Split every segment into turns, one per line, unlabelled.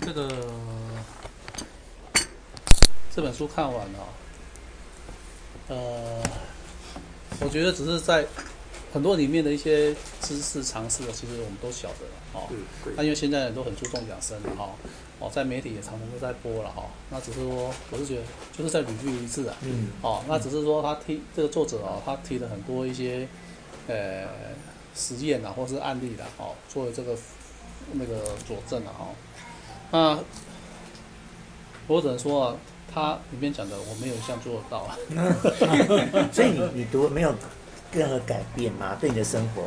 这个这本书看完了，呃，我觉得只是在很多里面的一些知识常识，其实我们都晓得了哦。
嗯，
那
对，
因为现在人都很注重养生哈、哦，哦，在媒体也常常都在播了哈、哦那只是说，我是觉得就是在 review 一次啊，
嗯，
哦，那只是说他提这个作者哦，他提了很多一些呃实验啊，或是案例的哦，作为这个那个佐证啊，哦，那我只能说啊，他里面讲的我没有一项做得到 啊，
所以你你读没有任何改变吗？对你的生活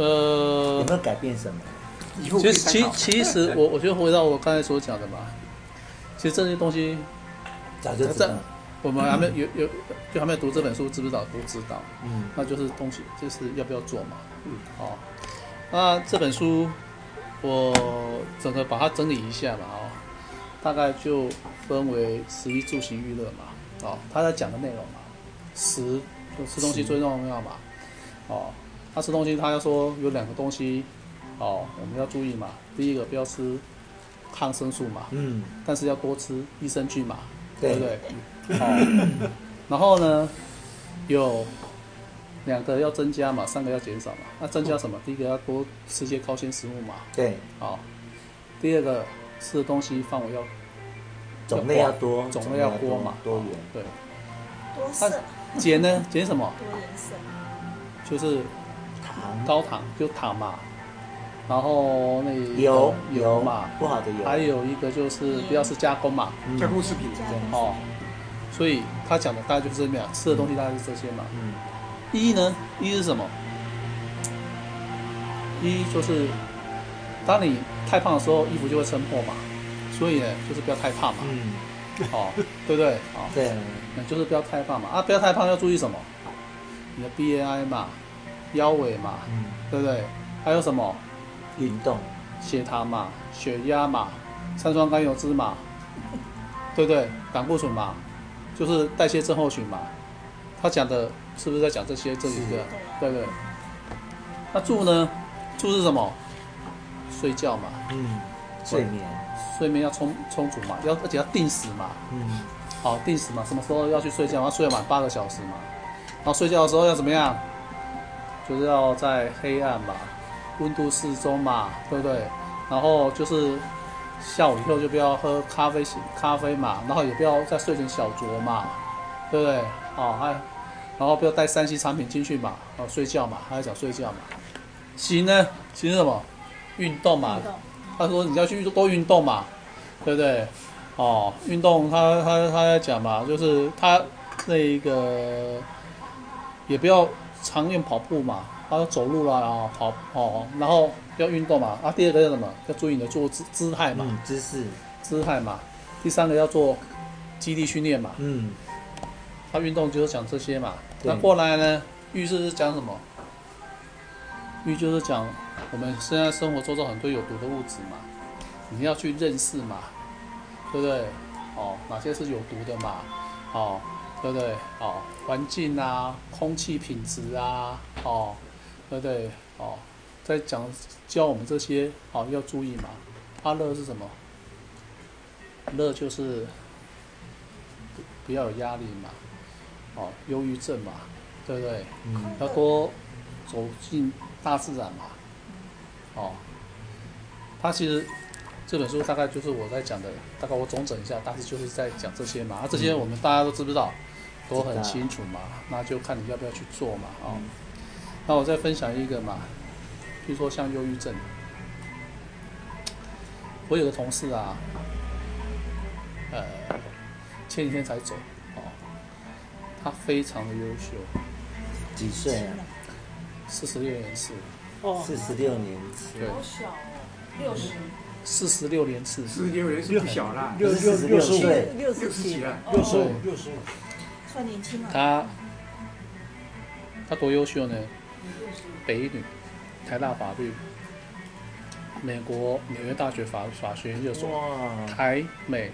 有
呃
没，有改变什么？
以后可
其
以
实
参
其
考。
其实我我觉得回到我刚才所讲的嘛，其实这些东西
早就知道，
我们还没有有就还没有读这本书，知不知道不知道，
嗯
那就是东西就是要不要做嘛，
嗯，
哦，那这本书我整个把它整理一下嘛，哦，大概就分为食衣住行娱乐嘛，哦，他在讲的内容嘛，食就吃东西最重要嘛，哦，他吃东西他要说有两个东西，哦，我们要注意嘛，第一个不要吃抗生素嘛，
嗯，
但是要多吃益生菌嘛，对
对
不对？哦，然后呢，有两个要增加嘛，三个要减少嘛。那增加什么？第一个要多吃些高纤食物嘛，
对，
哦。第二个吃的东西范围要
种类要多，
种类要多嘛，
多元，
对。
多色、
减呢？减什么？
多颜色，
就是
糖、
高糖，就糖嘛。然后那个
油、
油嘛，
不好的油，
还有一个就是不要吃加工嘛，
嗯
加工食品，
加工
哦。所以他讲的大概就是这样，吃的东西大概是这些嘛。
嗯，
一，E 呢，一是什么？一就是当你太胖的时候，衣服就会撑破嘛，所以呢，就是不要太胖嘛，
嗯，
哦，对不对？哦，
对，
那就是不要太胖嘛，啊，不要太胖要注意什么？你的 BMI 嘛，腰围嘛，
嗯，
对不对？还有什么？
运动，
血糖嘛，血压嘛，三酸甘油脂嘛，对不对？胆固醇嘛，就是代谢症候群嘛。他讲的是不是在讲这些这几个？对不对？那住呢？住是什么？睡觉嘛，
嗯，睡眠，
睡眠要充充足嘛，要而且要定时嘛，
嗯，
好定时嘛，什么时候要去睡觉？要睡满八个小时嘛。然后睡觉的时候要怎么样？就是要在黑暗嘛，温度适中嘛，对不对？然后就是下午以后就不要喝咖啡，咖啡嘛，然后也不要在睡前小酌嘛，对不对？哦，还然后不要带三 C 产品进去嘛，哦，睡觉嘛，还要讲睡觉嘛。行呢，行是什么？运动嘛
运，动
他说你要去多运动嘛，对不对？哦，运动他他他在讲嘛，就是他那一个也不要常练跑步嘛，他说走路啦，然后跑哦，然后要运动嘛。啊，第二个要什么？要注意你的坐姿姿态嘛，
嗯，知识，
姿态嘛。第三个要做肌力训练嘛。
嗯，
他运动就是讲这些嘛。
对
那过来呢，浴室是讲什么？浴就是讲我们现在生活周遭很多有毒的物质嘛，你要去认识嘛，对不对？哦，哪些是有毒的嘛？哦，对不对？哦，环境啊，空气品质啊，哦，对不对？哦，在讲教我们这些哦要注意嘛。阿乐是什么？乐就是不不要有压力嘛，哦，忧郁症嘛，对不对？
嗯，
要多走进大自然嘛。哦，他其实这本书大概就是我在讲的，大概我总整一下，大致就是在讲这些嘛。啊，这些我们大家都知不知道，都很清楚嘛。那就看你要不要去做嘛。哦，那我再分享一个嘛，比如说像忧郁症，我有个同事啊，呃，前几天才走哦，他非常的优秀。
几岁啊？
四十六年次，
哦，
四十六年次，
对，
好小哦，六十
四十六年次，
四十六人是不小了，
六
四
六
十
六
六
十五，
岁，
六
六十几，啊了，
六十
哦
五，六十五，
算年轻了，
她她多优秀呢？
六十五
北一女，台大法律，美国纽约大学法法学研究所，
哦
哇，
台美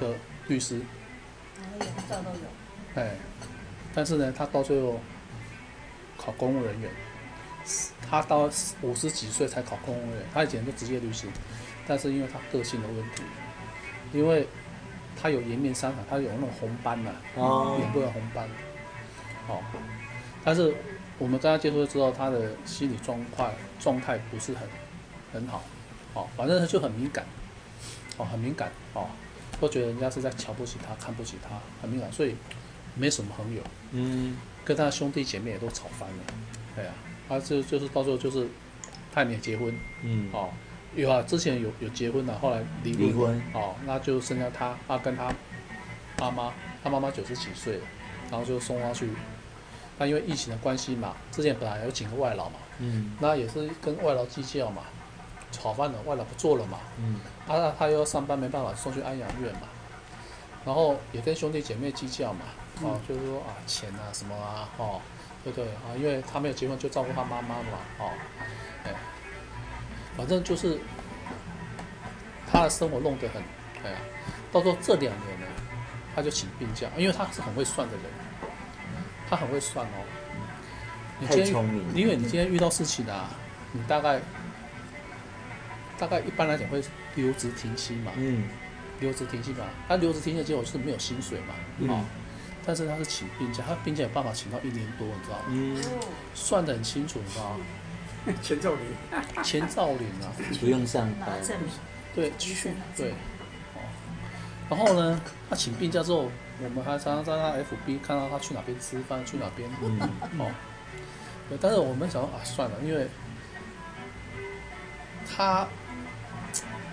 的律师，
哪里照都有，
哎，但是呢，她到最后考公务人员，他到五十几岁才考公务员，他以前是职业律师，但是因为他个性的问题，因为他有颜面伤害，他有那种红斑啊呐、
哦
脸部的红斑，哦，但是我们跟他接触之后，他的心理状况状态不是很很好，哦，反正他就很敏感，哦，很敏感，哦，都觉得人家是在瞧不起他，看不起他，很敏感，所以没什么朋友。
嗯，
跟他的兄弟姐妹也都吵翻了，对啊，他就就是到最后就是他也没结婚
嗯，
哦，有啊，之前有有结婚的、后来离婚
离婚
哦，那就剩下他，他跟他爸妈，他妈妈九十几岁了，然后就送他去，那因为疫情的关系嘛，之前本来有请个外劳嘛，
嗯
那也是跟外劳计较嘛，吵翻了，外劳不做了嘛，
嗯
啊，那他又要上班，没办法送去安养院嘛，然后也跟兄弟姐妹计较嘛，
嗯
哦，就是说啊钱啊什么啊，哦，对不对啊？因为他没有结婚，就照顾他妈妈嘛，哦，哎，反正就是他的生活弄得很，哎呀，到时候这两年呢，他就请病假，因为他是很会算的人，他很会算哦。你今
太
天
聪明了
因为你今天遇到事情啊，你大概大概一般来讲会留职停薪嘛，
嗯
留职停薪嘛，他留职停薪的结果是没有薪水嘛，
嗯
哦，但是他是请病假，他病假有办法请到一年多，你知道吗？
嗯，
算得很清楚，你知道吗？
前兆你
钱兆领啊，
不用上
拿
班，
证明，
对，去对，哦，然后呢，他请病假之后，我们还常常在他 FB 看到他去哪边吃饭，去哪边
嗯
哦，对但是我们想说啊，算了，因为他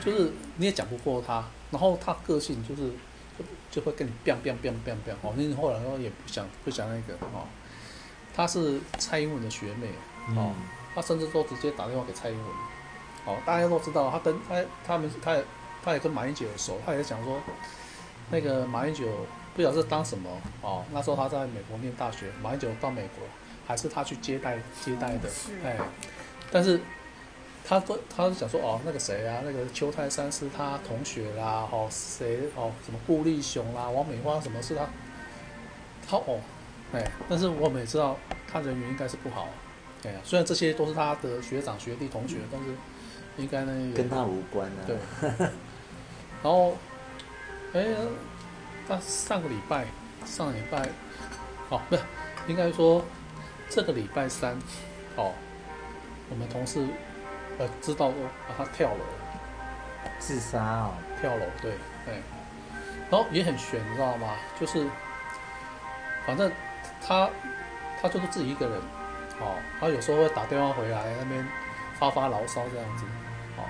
就是你也讲不过他，然后他个性就是就就会跟你 biang biang biang biang biang 哦，那后来然后也不想不想那个哦，他是蔡英文的学妹，
哦，
他甚至都直接打电话给蔡英文。哦，大家都知道，他跟他他们他也他也跟马英九有熟，他也讲说，那个马英九不晓得是当什么哦，那时候他在美国念大学，马英九到美国还是他去接待接待的，哎，但是他都他想说哦，那个谁啊，那个邱泰山是他同学啦，哦谁哦什么顾立雄啦，王美花什么是他，他哦，哎，但是我们也知道他人缘应该是不好，哎呀，虽然这些都是他的学长学弟同学，但是应该呢也
跟他无关啊，
对，，然后，哎、那上个礼拜，上礼拜，哦，不是，应该说这个礼拜三，哦，我们同事呃知道说啊他跳楼，
自杀哦，
跳楼，对，哎，然后也很悬，你知道吗？就是，反正他他就是自己一个人，哦，他有时候会打电话回来那边发发牢骚这样子，哦，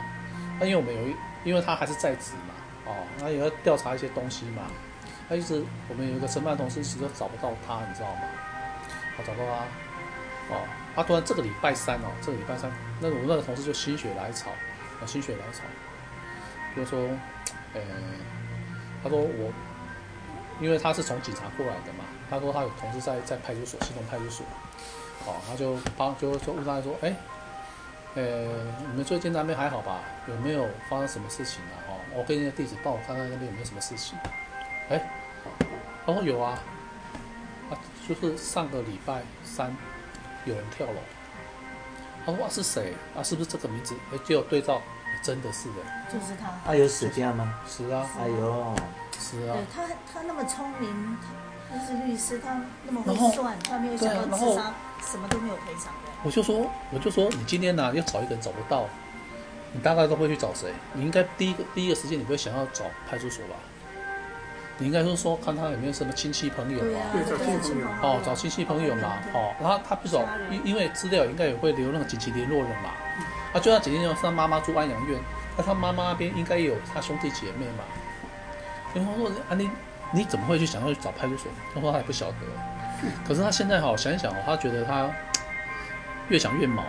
那因为我们有一，因为他还是在职嘛，哦，那也要调查一些东西嘛，他一直我们有一个承办同事一直都找不到他，你知道吗？我找到他，哦，他突然这个礼拜三哦，这个礼拜三，那个我那个同事就心血来潮，啊，心血来潮，就说，呃，他说我，因为他是从警察过来的嘛，他说他有同事在在派出所，西东派出所，哦，他就帮就就问他说，哎，呃，你们最近那边还好吧？有没有发生什么事情啊？哦，我给你的地址，帮我看看那边有没有什么事情。哎，他说有啊，啊，就是上个礼拜三有人跳楼。他说哇是谁啊？是不是这个名字？哎，结果对照，哎真的是的。
就是他。
啊有死掉吗？
是啊，
哎呦，
是啊
对，他，他那么聪明，他又是律师，他那么
然后
会算，他没有想
对
到
然后
自杀什么都没有赔偿的。
我就说，我就说，你今天呢、要找一个人找不到，你大概都会去找谁？你应该第一个第一个时间，你不会想要找派出所吧？你应该说说看他有没有什么亲戚朋友
对
啊
啊，，
对找亲朋友
哦，找亲戚朋友嘛，哦，然后他不找，因因为资料应该也会留那个紧急联络人嘛，啊，就他紧急联络他妈妈住安养院，那他妈妈那边应该也有他兄弟姐妹嘛，然后我说啊你你怎么会去想要去找派出所？他说他也不晓得，可是他现在好想一想哦，他觉得他越想越毛，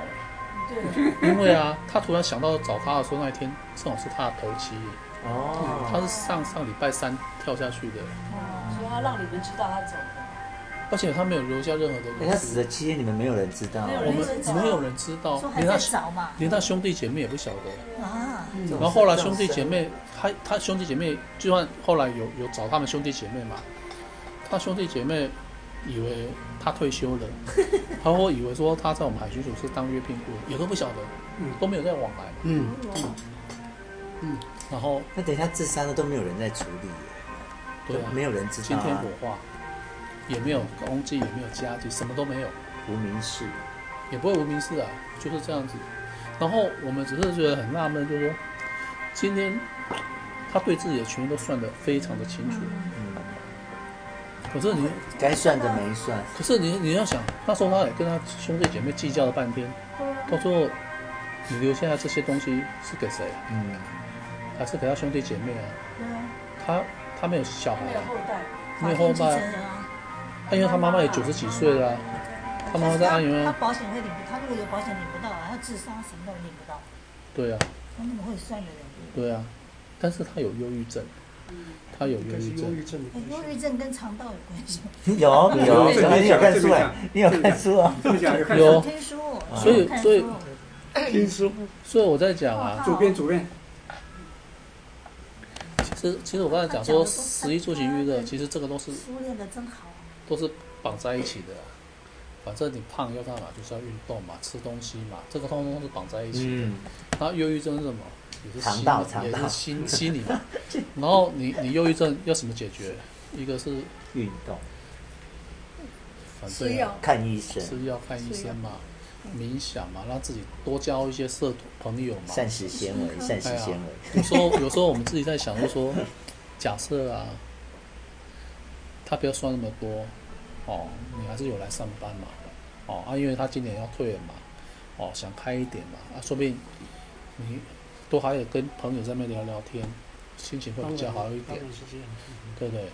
对，
因为啊，他突然想到找他的时候那一天正好是他的头七，他
哦，
是上上礼拜三跳下去的，
所
哦
以他让你们知道他走了，
而且他没有留下任何的
哎
遗
他
嘱
死。了七天，你们没有人知道，
没有
我
人
们没有人知道
说，还
连
在
他
找嘛，
连他兄弟姐妹也不晓得。
啊，
这种
然后后来
这种
兄弟姐
生
妹，他他兄弟姐妹，就算后来有有找他们兄弟姐妹嘛，他兄弟姐妹以为他退休了，他会以为说他在我们海巡署是当约聘雇，也都不晓得，
嗯
都没有在往来。
嗯，
然后
那等一下自杀的都没有人在处理耶，
对
都
啊，
没有人知
今
道
天
啊
火，化，也没有公祭，也没有家祭，什么都没有，
无名氏，
也不会无名氏啊，就是这样子。然后我们只是觉得很纳闷，就是说今天他对自己的权益都算得非常的清楚，
嗯，
可是你
该算的没算，
可是你你要想，那时候他也跟他兄弟姐妹计较了半天，到最后你留下来这些东西是给谁？
嗯，
还是给他兄弟姐妹啊？
对啊，
他他没有小孩
没有
啊，
后代，
没有
法
后
定继
代
承
啊，
人啊，
他因为他妈妈也九十几岁了啊、他妈妈在安
但是
源
他
啊，
他保险会领，他如果有保险领不到啊，他自杀什么都领不到，
对啊，
他那么会算的人，
对啊，但是他有忧郁症，
嗯
他有
应
忧
该是
郁
忧
症，
郁症的
哎
关，系
忧郁症跟肠道有关系。
有有，
这边
你有
讲
看
这
出
边
来
讲，
你有看出啊，
这么讲有看
有
我听书，
啊
所以
我看
所以
书哦
听说
所以我在讲啊，
主编主任，
其实其实我刚才讲说十一出行预热，其实这个都是
书练得真好，啊
都是绑在一起的啊、反正你胖要干嘛，就是要运动嘛，吃东西嘛，这个通通都是绑在一起的。
嗯，
然后忧郁症是什么？也是
肠
心
道
理
肠
也
道
是心心理 嘛。然后你你忧郁症要怎么解决？一个是
运动，
反
吃
正
药
啊，
看医生，
吃药看医
吃药
生嘛，冥想嘛，让自己多交一些社团朋友嘛。
膳食纤维，膳食纤维，
有时候 有时候我们自己在想，就说假设啊，他不要算那么多哦，你还是有来上班嘛，哦啊，因为他今年要退了嘛，哦，想开一点嘛，啊，说不定你都还有跟朋友在那边聊聊天，心情会比较好一点，对不对？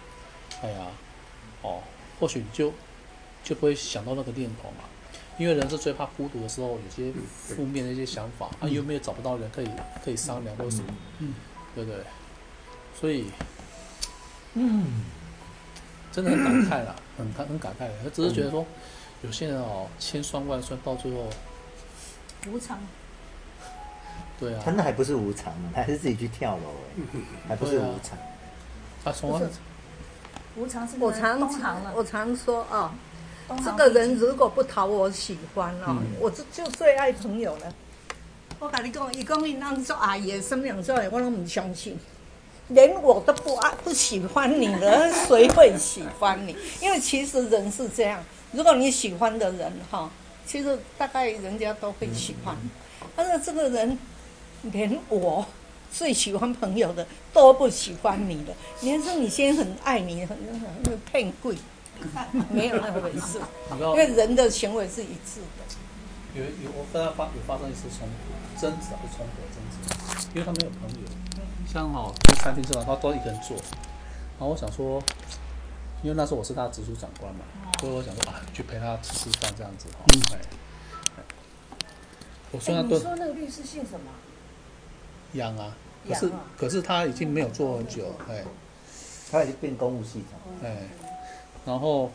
哎呀，哦，或许你就就不会想到那个念头嘛。因为人是最怕孤独的时候，有些负面的一些想法，啊，又没有找不到人可以可以商量或者什么，对不对？所以
嗯，
真的很感慨啦，很感很感慨。他只是觉得说，有些人哦，千算万算，到最后，
无常
对
他
啊，
那还不是无偿呢，他还是自己去跳楼哎，还不是无偿，
他啊从来
不是
无常是那个
我常
东航了，
我常说啊、
东
这
航
个人如果不讨我喜欢哦，
嗯
我就就最爱朋友了。我跟你讲，伊讲伊当做阿爷什么样做的，我都不相信。连我都不爱不喜欢你了，谁会喜欢你？因为其实人是这样，如果你喜欢的人哈，其实大概人家都会喜欢。但是这个人，连我最喜欢朋友的都不喜欢你了，你还说你先很爱你，很很很骗贵，没有那回事，
你知道
哦
因为人的行为是一致的。
有有我跟他发有发生一次冲突，争执啊不是冲突争执，因为他没有朋友，像哦去餐厅吃饭，他都一个人坐，然后我想说，因为那时候我是他的直属长官嘛，所以我想说啊，去陪他吃吃饭这样子哈、哦，哎、哎我虽
哎，
然
你
对
说那个律师姓什么？
养啊，可是
养啊
可是他已经没有做很久，哎
他已经变公务系统，
哎，然后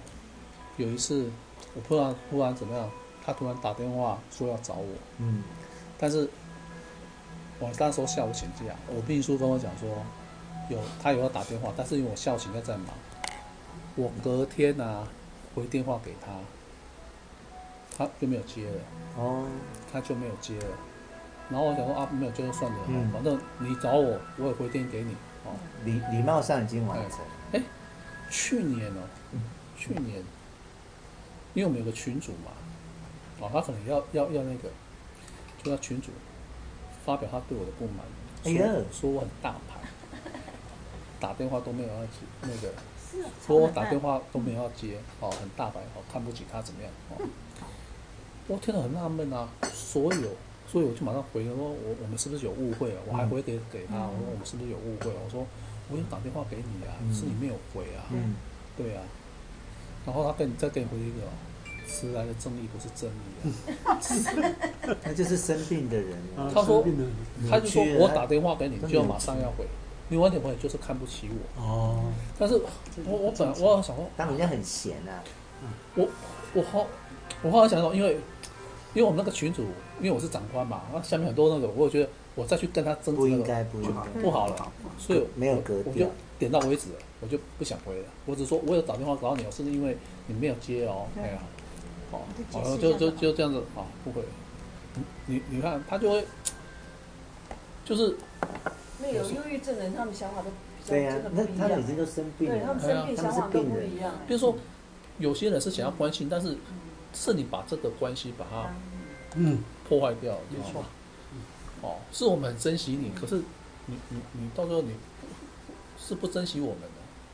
有一次我突然突然怎么样，他突然打电话说要找我，
嗯，
但是我那时候下午请假，我秘书跟我讲说有他有要打电话，但是因为我下午请假在忙，我隔天啊回电话给他，他就没有接了，
哦，
他就没有接了。然后我想说啊，没有接就算了，
嗯
反正你找我，我也回电给你。哦，
礼礼貌上已经完成，
去年哦，去年，因为我们有个群主嘛，哦，他可能要要要那个，就要群主发表他对我的不满，
哎
说
呀
说我很大牌， 打电话都没有要接那个，
是啊
说我打电话都没有要接，哦，很大牌，哦，看不起他怎么样？哦，我听了很纳闷啊，所有。所以我就马上回了，说我我们是不是有误会啊？我还回给给他，我说我们是不是有误会啊？我说我有打电话给你啊，
嗯
是你没有回啊。
嗯，
对啊，然后他跟你再给你回一个、哦，迟来的正义不是真理、
嗯
啊。
那就是生病的人了，
他说
生病了
他就说
扭曲
我
了
打电话给你
真的
就要
扭
马上
曲
要回，你晚点回就是看不起我。
嗯
哦，
但是我我本来我想说，
他们家很闲啊，
我我后我后来想说，因为因为我们那个群主，因为我是长官嘛，那下面很多那个，我也觉得我再去跟他争
不
这
应
个
该不应
嗯
该，
不好了，所以
没有
我
格调
我就点到为止了，我就不想回了。我只说我有打电话找你，是因为你没有接哦，哎呀，哦，
就
然
解释
后
一下
就就就这样子，哦，不回了。你你你看他就会，就是
那有忧郁症的人，他们想法都比较
对呀
真的，不
那
一
他
样
们已。经都生病
对他们
了，
生病
他们
想
是
法都
病
不
人
一样。
哎比如说有些人是想要关心，但是是你把这个关系把它
嗯，
破坏掉，你
没
知道
错
吗？哦，是我们很珍惜你，可是你你你到最后你是不珍惜我们的，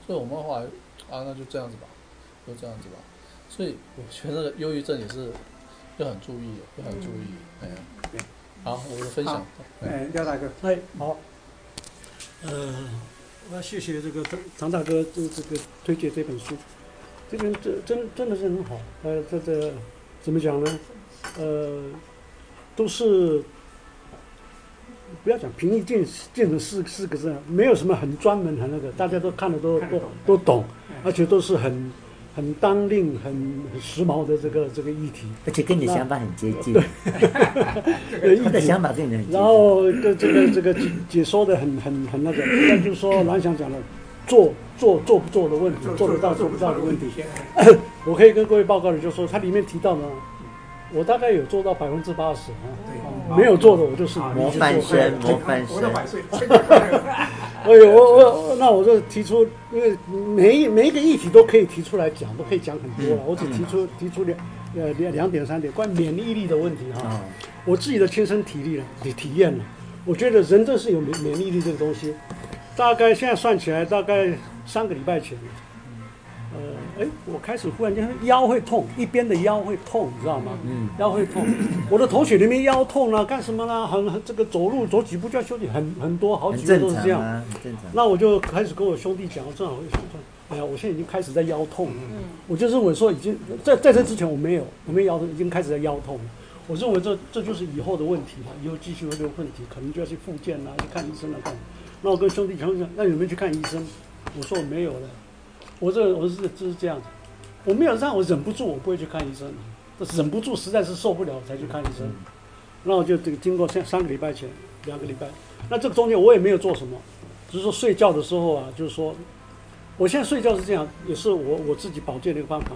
所以我们后来啊，那就这样子吧，就这样子吧。所以我觉得那个忧郁症也是要很注意，要很注意。哎呀、
对
好，我的分享
好，
哎
哎，廖大哥，哎，好，呃，我要谢谢这个唐唐大哥这这个推荐这本书，这本这真真的是很好，呃，这这怎么讲呢？呃，都是不要讲平易近近人四四个字啊，没有什么很专门很那个，大家都看得都都都懂，哎而且都是很很当令、很很时髦的这个这个议题，
而且跟你想法很接近，
呃
他的
议题
想法跟你很接
然
近，
后这这个这个解解说的很很很那个，那就是说蓝翔讲的，做做做不做的问题，做得到做不到的问题。我可以跟各位报告的，就是说它里面提到呢，我大概有做到百分之八十啊，没有做的我就是啊
模范生，模范
活到
生。
百 岁，
哎呦，我我那我就提出，因为每一每一个议题都可以提出来讲，都可以讲很多
嗯
了。我只提出提出两呃两两点三点，关于免疫力的问题哈、
嗯
我自己的亲身体力了体体验了，我觉得人真是有免免疫力这个东西。大概现在算起来，大概三个礼拜前，呃，哎，我开始忽然间腰会痛，一边的腰会痛，你知道吗？
嗯，
腰会痛，我的头血里面腰痛啊，干什么啦？很很这个走路走几步就要休息，很很多好
很
几个
正
都是这
常
样。
啊，很正常。
那我就开始跟我兄弟讲，正好我就想说，哎呀，我现在已经开始在腰痛了。我就认为说，已经在在这之前我没有，我没有腰痛，已经开始在腰痛了。我认为这这就是以后的问题嘛，以后继续会有问题，可能就要去复健啦、去看医生啦、干嘛。那我跟兄弟讲，兄弟讲那你们去看医生？我说我没有了，我这我是就是这样子，我没有让我忍不住，我不会去看医生，这忍不住实在是受不了才去看医生。那我就这个经过三三个礼拜前，两个礼拜，那这个中间我也没有做什么，只是说睡觉的时候啊，就是说，我现在睡觉是这样，也是我我自己保健的一个方法。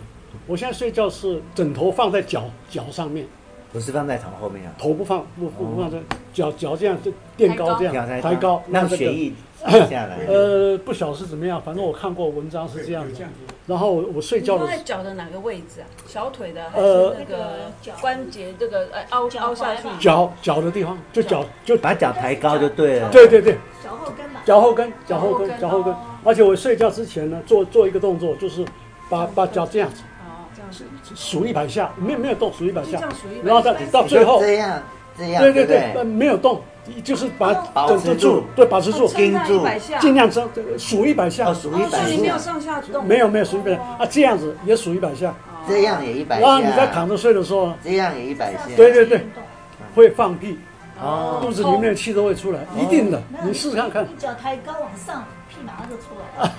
我现在睡觉是枕头放在脚脚上面，
不是放在头后面啊，
头不放不不不放在脚脚这样就垫高这
脚
样
抬
抬高，
让
这个
血液下来。
呃不晓得是怎么样，反正我看过文章是这样的。然后我我睡
你
觉
放
的
在
时
脚的哪个位置啊？小腿的还
呃
是那个关节这个呃凹
脚踝吧
凹下去？
脚脚的地方，就脚就
把脚抬高就对了。
对对对，
脚后跟吧，
脚后跟，脚后
脚后跟
跟，脚后跟
哦。
而且我睡觉之前呢，做做一个动作，就是把把脚这样子
哦，这样子，
数一百下，没有没有动，数一百
就这
下
样，数一百
然后到
下
到
你
最
就
后，
这样这样，
对
对
对
不
对，
对，
呃没有动，就是把
保
整
持
个
住
住，对，保持
哦
住，
盯住
一百下，
尽量这这数一百下
哦，，数一
哦，所
百
以你没有
下，
上下动，
没有没有数一百下啊，这样子也数一百下，
哦
这样也一百
然后你在
下
躺，着睡的时候呢，
这样也一
啊
百下。
对对对，会放屁，
哦
肚子里面的气都会出来，一定的，你试试看看。
你脚抬高往上，屁马上就出来了。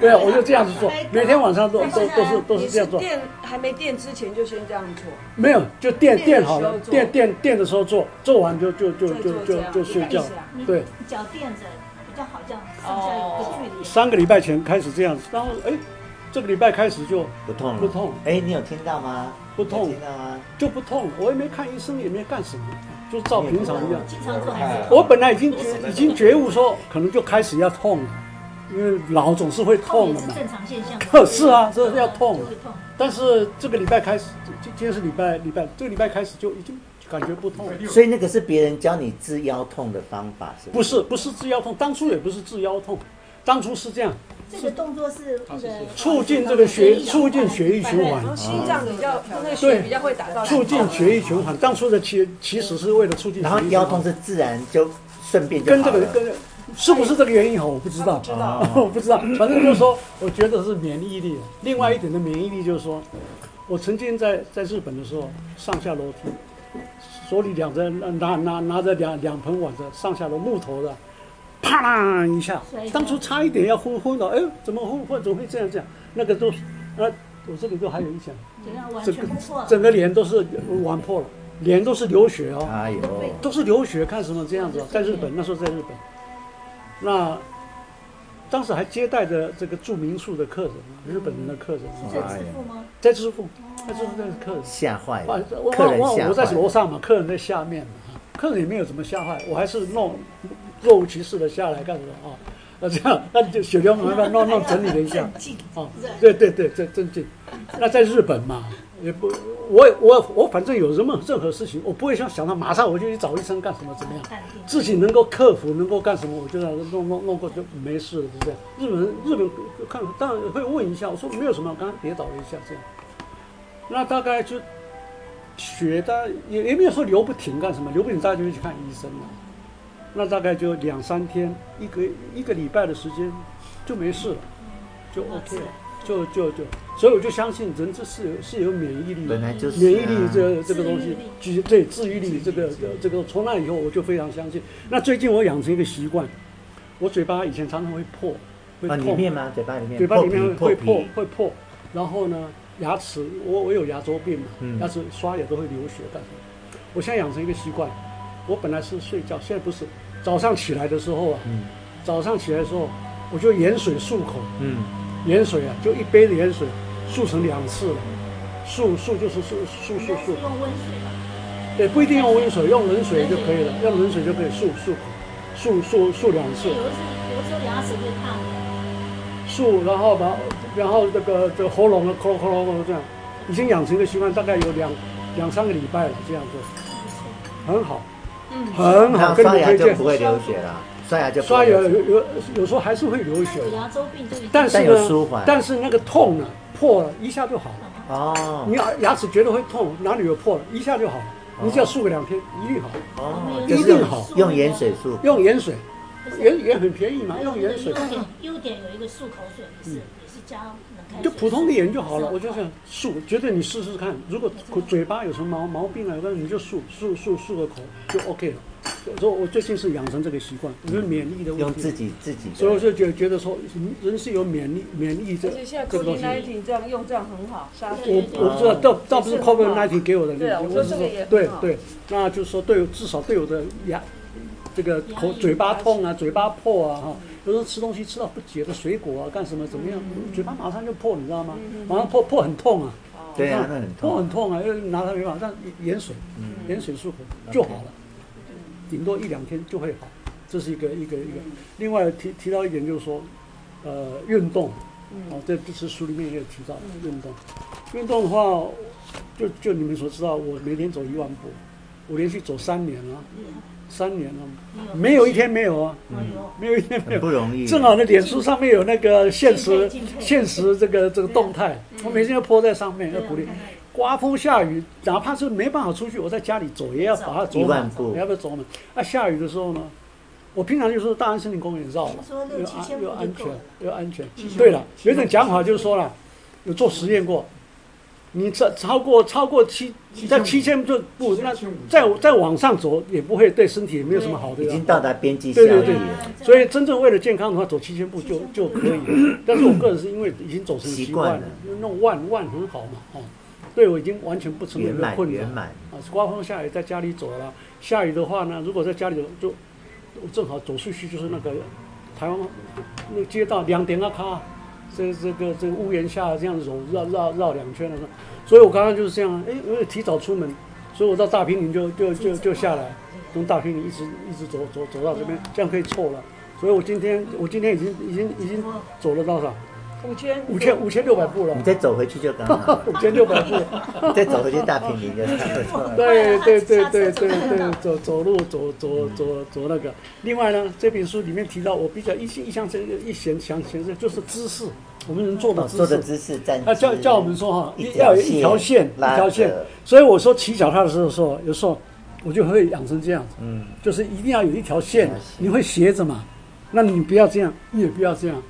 对啊，我就这样子做，每天晚上都都都是都
你
是这
是
样做，
垫还没垫之前就先这样做，
没有就垫
垫
垫
的时候
好了，
做
垫垫垫的时候做，做完就就就
再
就
做这
就
样
就睡觉
一百下，
你
对。
脚垫着比较好，这样上下有个
哦
距离。
三个礼拜前开始这样子，然后哎，这个礼拜开始就
不痛了
不痛。
哎，你有听到吗？
不痛
有听到吗？
就不痛了，我也没看医生，也没干什么，就照平常一样。
经常做还是
我本来已经觉已经觉悟说，可能就开始要痛了，因为老总是会
痛也
痛的
是
嘛。
正常现象。
呵 是啊这是要痛
就会痛。
但是这个礼拜开始，今今天是礼拜礼拜，这个礼拜开始就已经感觉不痛了。
所以那个是别人教你治腰痛的方法，是
不
是？
是不是治腰痛，当初也不是治腰痛，当初是这样
这个动作是那个啊
促进这个血促进哦血液循环
然，后心脏比较那个
嗯
血
对
比较会打到，
促进血液循环。当初的其其实是为了促进血
然
液
后
循环
腰痛是自然就顺便就
跟
好
这个
了。
跟是不是这个原因哈， 我不知道，
不知
道
我不知道。反正就是说， 我觉得是免疫力。啊另外一点的免疫力就是说，我曾经在在日本的时候，上下楼梯，手里两着拿拿拿着两两盆碗的上下楼木头的，啪啦一下
摔一，下
当初差一点要昏昏倒，哎呦，怎么昏昏怎么会这样这样？那个都，呃，我这里都还有一些，
怎样完
整
全
个
不破，
呃整个脸都是碗破了，连都是留学哦，
哎呦，
都是留学，看什么这样子哦，在日本那时候在日本，那当时还接待着这个住民宿的客人，日本人的客人，
在支付吗？
在支付，在支付在客人。
吓坏
哇
了，
我
客人
我
吓
我在
坏
楼
了。
上嘛，客人在下面嘛，啊客人也没有怎么吓坏，我还是弄若无其事的下来干什么啊？那这样，那就雪莲我们把它弄弄整理了一下啊，对对对，这真进。那在日本嘛，也不，我也我我反正有什么任何事情，我不会想想到马上我就去找医生干什么怎么样，
淡定。
自己能够克服，能够干什么，我就让它弄弄弄过就没事了，就这样。日本人日本看当然会问一下，我说没有什么，我刚刚跌倒了一下这样。那大概就血大概也也没有说流不停干什么，流不停大家就会去看医生了。那大概就两三天，一个一个礼拜的时间就没事了，就 OK 了，就就就，所以我就相信人这是有是有免疫力的。
本来就是、啊、
免疫力这个这个东
自愈
西
力，
治对治愈力这个这个，从那以后我就非常相信。那最近我养成一个习惯，我嘴巴以前常常会破，会
啊，里
痛，
面吗？嘴巴里面，
嘴巴里面
破
会
皮
破
皮，
会破，然后呢，牙齿我我有牙周病
嗯
嘛，牙齿刷牙都会流血，但是我现在养成一个习惯，我本来是睡觉，现在不是，早上起来的时候啊，
嗯
早上起来的时候我就盐水漱口，
嗯，
盐水啊，就一杯的盐水漱成两次了，漱漱就是漱漱
应
漱
该是
漱。
用温水吧，
对，不一定用温水，用冷水就可以了，用冷水就可以漱漱漱漱漱两
因
次
为，有的时候有的时候牙齿会烫的，
漱，然后把，然后这个这个喉咙的咯咯咯咯这样，已经养成一个习惯，大概有两两三个礼拜了，这样做，很好，
嗯
很好，
那
跟
刷
你
牙
推
就
荐
不。会流血了，刷牙就不
刷
会
牙
流
有
血
有有时候还是会流血
那，有牙周病就已经
但是
但有舒
呢，
缓
但是那个痛呢，破了一下就好了。
哦
你牙牙齿绝对会痛，哪里有破了，一下就好了。你只要漱个两天，一定好。
哦，
一
就是
定
用
好
用盐水漱，
用盐水，
不是
盐也很便宜嘛，
还有
用
那
盐
个
水嗯
优。点，优点有一个漱口水，也是也是加冷开水，啊
就普通的盐就好了，我就是想漱，觉得你试试看，如果嘴巴有什么毛毛病啊，那你就漱漱漱漱个口就 OK 了。所以，我最近是养成这个习惯，我觉得免疫的问
用自
题，
己自己
所以我
的。
就觉觉得说，人是有免疫免疫这
而且现在
这个东
COVID
西。
19这样用这样很好，杀
我
菌。
我不知道，倒倒不是
也是很好
COVID 1 9给我的例
对
子
啊，我
我
说
是
这个也
说
很
对
好
对，那就是说对我至少对我的牙，这个口
牙龈
嘴巴痛啊，嘴巴破啊哈，有时候吃东西吃到不解的水果啊，干什么怎么样，嘴巴马上就破，你知道吗？马上破破很痛啊。
对啊，那很
破
痛嗯
很。痛啊，又拿它没办法，但盐水，盐水漱口就好了，顶多一两天就会好，这是一个一个一个。另外提提到一点就是说，呃，运动，哦，这这次书里面也有提到运动，运动的话，就就你们所知道，我每天走一万步，我连续走三年了，三年了，
嗯
没有一天没有啊，没有一天
很
没有
不。容易，
正好那脸书上面有那个现实
敬佩敬佩
现实这个这个动态，我每天就泼在上面嗯要
对啊
鼓励
看到。
刮风下雨，哪怕是没办法出去，我在家里走也要把
啊
它走
一
满
万，步
也要不要走满？啊，下雨的时候呢，我平常就是大安森林公园绕了
说，六
又
七千步
安又安
就
全
够了
又安全。对了，有一种讲法就是说了，有做实验过，你超超过超过七在七千步步，那再再往上走也不会对身体也没有什么好的。
已经到达边际效
对对
益
对
了，
所以真正为了健康的话，走七千步就就可以了。但是我个人是因为已经走成习惯了
习，
就弄万万很好嘛，哦，对我已经完全不成为
圆
一个
满
困
圆
难
满。
啊。刮风下雨在家里走了，下雨的话呢，如果在家里走，就我正好走出去就是那个台湾那个街道两点啊咔，这这个这个屋檐下这样走绕绕绕两圈了。所以我刚刚就是这样，哎，我也提早出门，所以我到大平岭就就就就下来，从大平岭一直一直走走走到这边，这样可以凑了。所以我今天我今天已经已经已经走了多少？
五千
五千五千六百步了
你，再走回去就刚好了，
五 千六百步了。
你再走回去大平林就差不多了。
对对对
下
对
车
对
走不
对
到，
走走路走走走走那个。另外呢，这本书里面提到我比较印象印象深一显想显深就是姿势， 我们人做的
哦做的
姿势。
姿势站姿，
那啊叫叫我们说哈，
一条
要有一条线，一
拉
条线
着。
所以我说骑脚踏的时候说，有时候我就会养成这样子，
嗯，
就是一定要有一条线
一条线，
你会斜着嘛，那你不要这样，你也不要这样。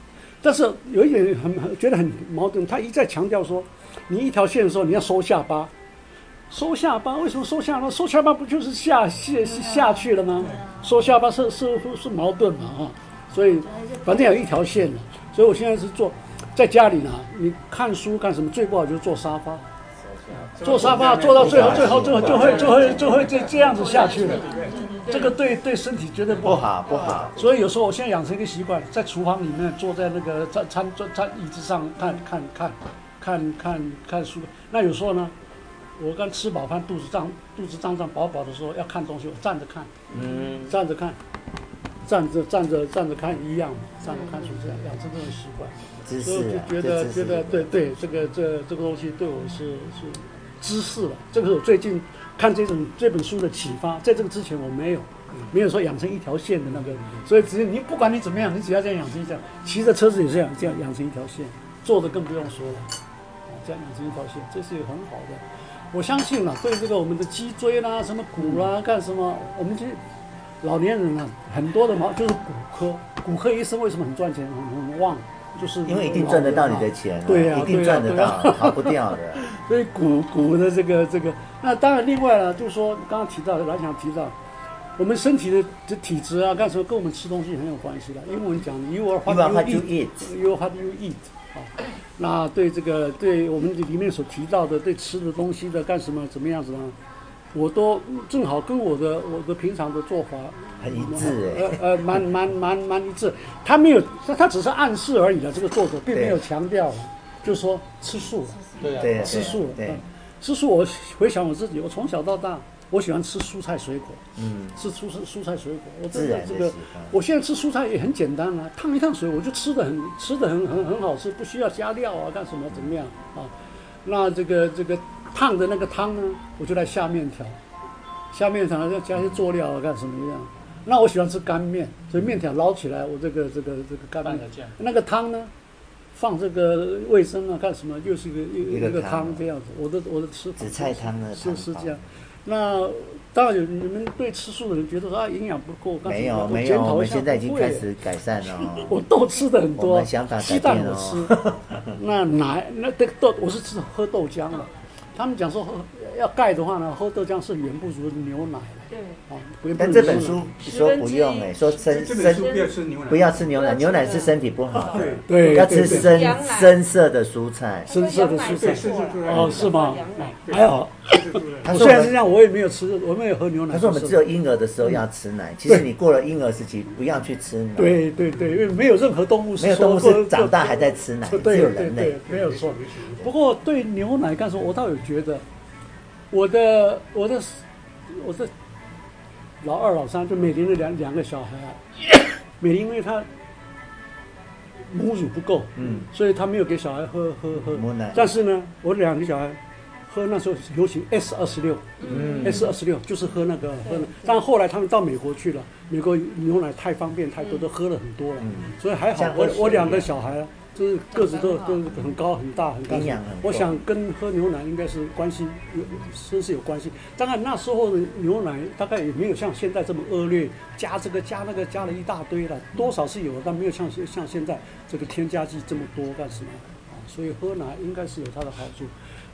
但是有一点很很觉得很矛盾，他一再强调说，你一条线的时候你要收下巴，收下巴，为什么收下巴？收下巴不就是下下下去了吗？
啊
收下巴是是是矛盾嘛啊，所以反正有一条线啊的，所以我现在是做在家里呢，你看书干什么？最不好就是坐沙发，坐沙发坐到最后，最后，最后就会就会就会这这样子下去了。这个对对身体绝对不
不好
好。
不好，
所以有时候我现在养成一个习惯，在厨房里面坐在那个餐餐桌餐椅子上看看看看看看书。那有时候呢，我刚吃饱饭，肚子胀肚子胀胀饱饱的时候，要看东西，我站着看，
嗯，
站着看，站着站着站着看一样嘛，站着看书这样养成这种习惯，
知
所以我
识
就
啊，
觉
这
得
知识
觉得对对，这个这这个东西对我是是知识了。这个是我最近看这种这本书的启发，在这个之前我没有。没有说养成一条线的那个，所以只是你不管你怎么样，你只要这样养成这样，骑着车子也是养这样养成一条线，坐着更不用说了，啊，这样养成一条线，这是一个很好的。我相信了，对这个我们的脊椎啦、什么骨
嗯
啦、干什么，我们其实老年人啊，很多的毛就是骨科，骨科医生为什么很赚钱、很很旺，就是
因为一定赚得到你的钱啊，
对呀
一定赚得
对呀对啊
到，逃不掉 的。
所以股股的这个这个，那当然另外呢，就是说刚刚提到老想提到，我们身体的这体质啊，干什么跟我们吃东西很有关系的。英文讲的 you are
You
what
are
you
what you
eat。
eat，
You what you eat 啊，那对这个对我们里面所提到的对吃的东西的干什么怎么样子呢？我都正好跟我的我的平常的做法
很一致哎
呃呃，蛮蛮蛮蛮一致。他没有，他他只是暗示而已的。这个作者并没有
对
强调，就是说吃素了。
对啊，
对呀，
吃素了
对
嗯，吃素，我回想我自己，我从小到大，我喜欢吃蔬菜水果，
嗯，
吃蔬蔬菜水果。我真
自
的
然
这
的
个
喜，欢，
我现在吃蔬菜也很简单啊，烫一烫水我就吃的很吃的很很很好吃，不需要加料啊，干什么怎么样啊？那这个这个烫的那个汤呢，我就来下面条，下面条要加一些佐料啊，干什么样？那我喜欢吃干面，所以面条捞起来，我这个这个这个干
拌
面
的酱，
那个汤呢，放这个味噌啊，干什么？又是一个一
一个
个一个
汤
汤这样子。我的我的吃法
紫菜汤呢，
是是
汤
这样。那当然有你们对吃素的人觉得说啊营养不够，干什么
没有
我
没
检
有，
讨
我们
一下
现在已
不
经
会
开始改善了哦。
我豆吃的很
我
多，
们想法改
鸡蛋
变
我
哦
吃，那奶那这个豆我是吃喝豆浆的。他们讲说喝要钙的话呢，喝豆浆是远不如牛奶
对，
啊。远不
但
如
这本
牛奶
书说不用哎，说生
这
生
本书不要吃牛奶，
不要吃牛奶，牛奶是身体不好的，
对
要吃
对对
深
羊奶
深色的蔬菜。
深色的蔬
对，
菜
是是猪
哦，
肉，
是吗
羊奶？
哎
还好，
是猪肉。
他
哎我
说
虽
我
然是
们，
这样，我也没有吃，我没有喝牛奶。
他说我们
不是
只有婴儿的时候要吃奶，其实你过了婴儿时期不要去吃奶，，
嗯对对对，因为没有任何动物是
没有
说
动物
过
是长大还在吃奶，
对
只有
对
人类
对，没有错。不过对牛奶干什么，我倒有觉得，我的我的我的老二老三就美玲的两两个小孩啊，美玲因为她母乳不够，
嗯，
所以她没有给小孩喝喝喝
母奶
但是呢，我两个小孩喝那时候流行 S 二十六，
嗯
S 二十六就是喝那个喝那，但后来他们到美国去了，美国牛奶太方便太多，都喝了很多了，
嗯
所以还好
像
我
喝水
我
一样
两个小孩啊，就是个子都都很高很大很干
啊营
净
养很。够
我想跟喝牛奶应该是关系有真是有关系。当然那时候的牛奶大概也没有像现在这么恶劣，加这个加那个加了一大堆了，多少是有的，但没有像现像现在这个添加剂这么多干什么啊？所以喝奶应该是有它的好处。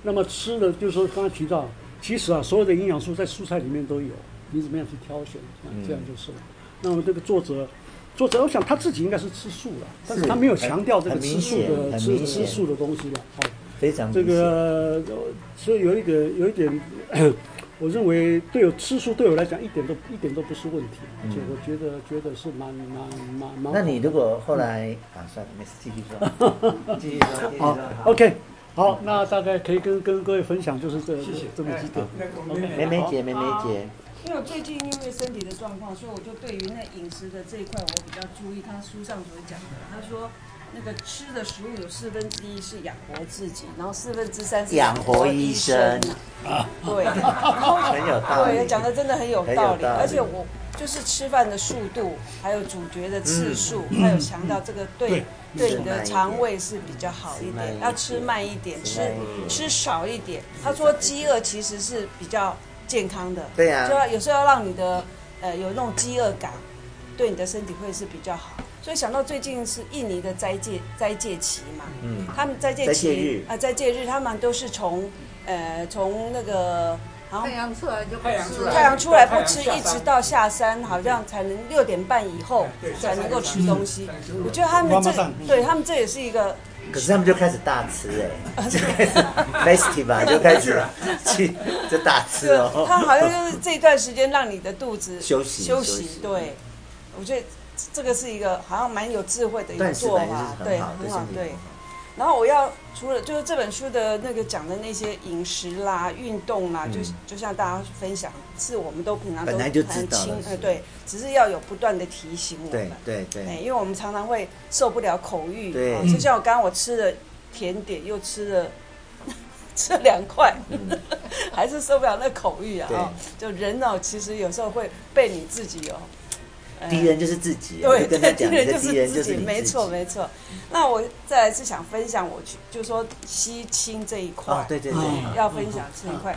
那么吃的，就是说刚才提到，其实啊，所有的营养素在蔬菜里面都有，你怎么样去挑选，啊这样就是了。那么这个作者，作者我想他自己应该是吃素了，但是
是
他没有强调这个
很很
吃素
明显
的
很
吃
明
吃
显
素的东西了。好，
非常
这
明显
个呃所以有一个有一点， 我认为对我吃素对我来讲一点都一点都不是问题，而且我觉得觉得是蛮蛮蛮
嗯
蛮。
那你如果后来啊，算了，没事，继续 说，继续说，继续
好
说。
OK，好，那大概可以跟跟各位分享就是这
谢谢，
这么几点。
哎那我们
梅梅姐，梅梅姐，
因为我最近因为身体的状况，所以我就对于那饮食的这一块我比较注意。他书上所讲的，他说那个吃的食物有四分之一是养活自己，然后四分之三是
养活医生
啊对，然后
很有道理
对，，讲的真的很有
很有
道理，
道理
而且我就是吃饭的速度，还有咀嚼的次数，还有强调这个对对你的肠胃是比较好一点，要吃慢一点，
吃
吃
慢一点
吃少一点。他说饥饿其实是比较健康的，
对啊
就要有时候要让你的呃有那种饥饿感，对你的身体会是比较好。所以想到最近是印尼的斋戒斋戒期嘛，
嗯，
他们斋戒
斋戒日
期啊，斋戒日他们都是从呃从那个然后
太阳出来就不
太阳
吃
出
了
来
太阳出来不吃，
太阳下
一
山
直到下山，好像才能六点半以后
对
才能够吃东西。我觉得他们
慢慢
这
上
对他们这也是一个
可是他们就开始大吃
啊
哎、就开始 festival 就开始去就大吃
对，
哦。
他好像就是这一段时间让你的肚 子
休息
休
休
息
息。
对，我觉得这个是一个好像蛮有智慧的一个
断食
做
本来就
法
是，
对，
很好
很
对
好
身，体
对。然后我要除了就是这本书的那个讲的那些饮食啦、运动啦，就
嗯
就像大家分享，是我们都平常都
本来
很
就
轻，
知道了
呃
是
对，只是要有不断的提醒我
对
们。
对
哎，
对，
因为我们常常会受不了口欲，
对
哦就像我刚刚我吃了甜点，又吃了 吃了两块，
嗯，
还是受不了那口欲啊、
对
哦就人哦，其实有时候会被你自己哦，呃
敌人就是自己，啊我
对
就跟他
对，敌
讲，你
人
的
就
敌人
是
就
自
是
己，
你
没
自己
错没错。那我再来是想分享我去，就说西青这一块，
哦，对对
嗯
对，
要分享这一块。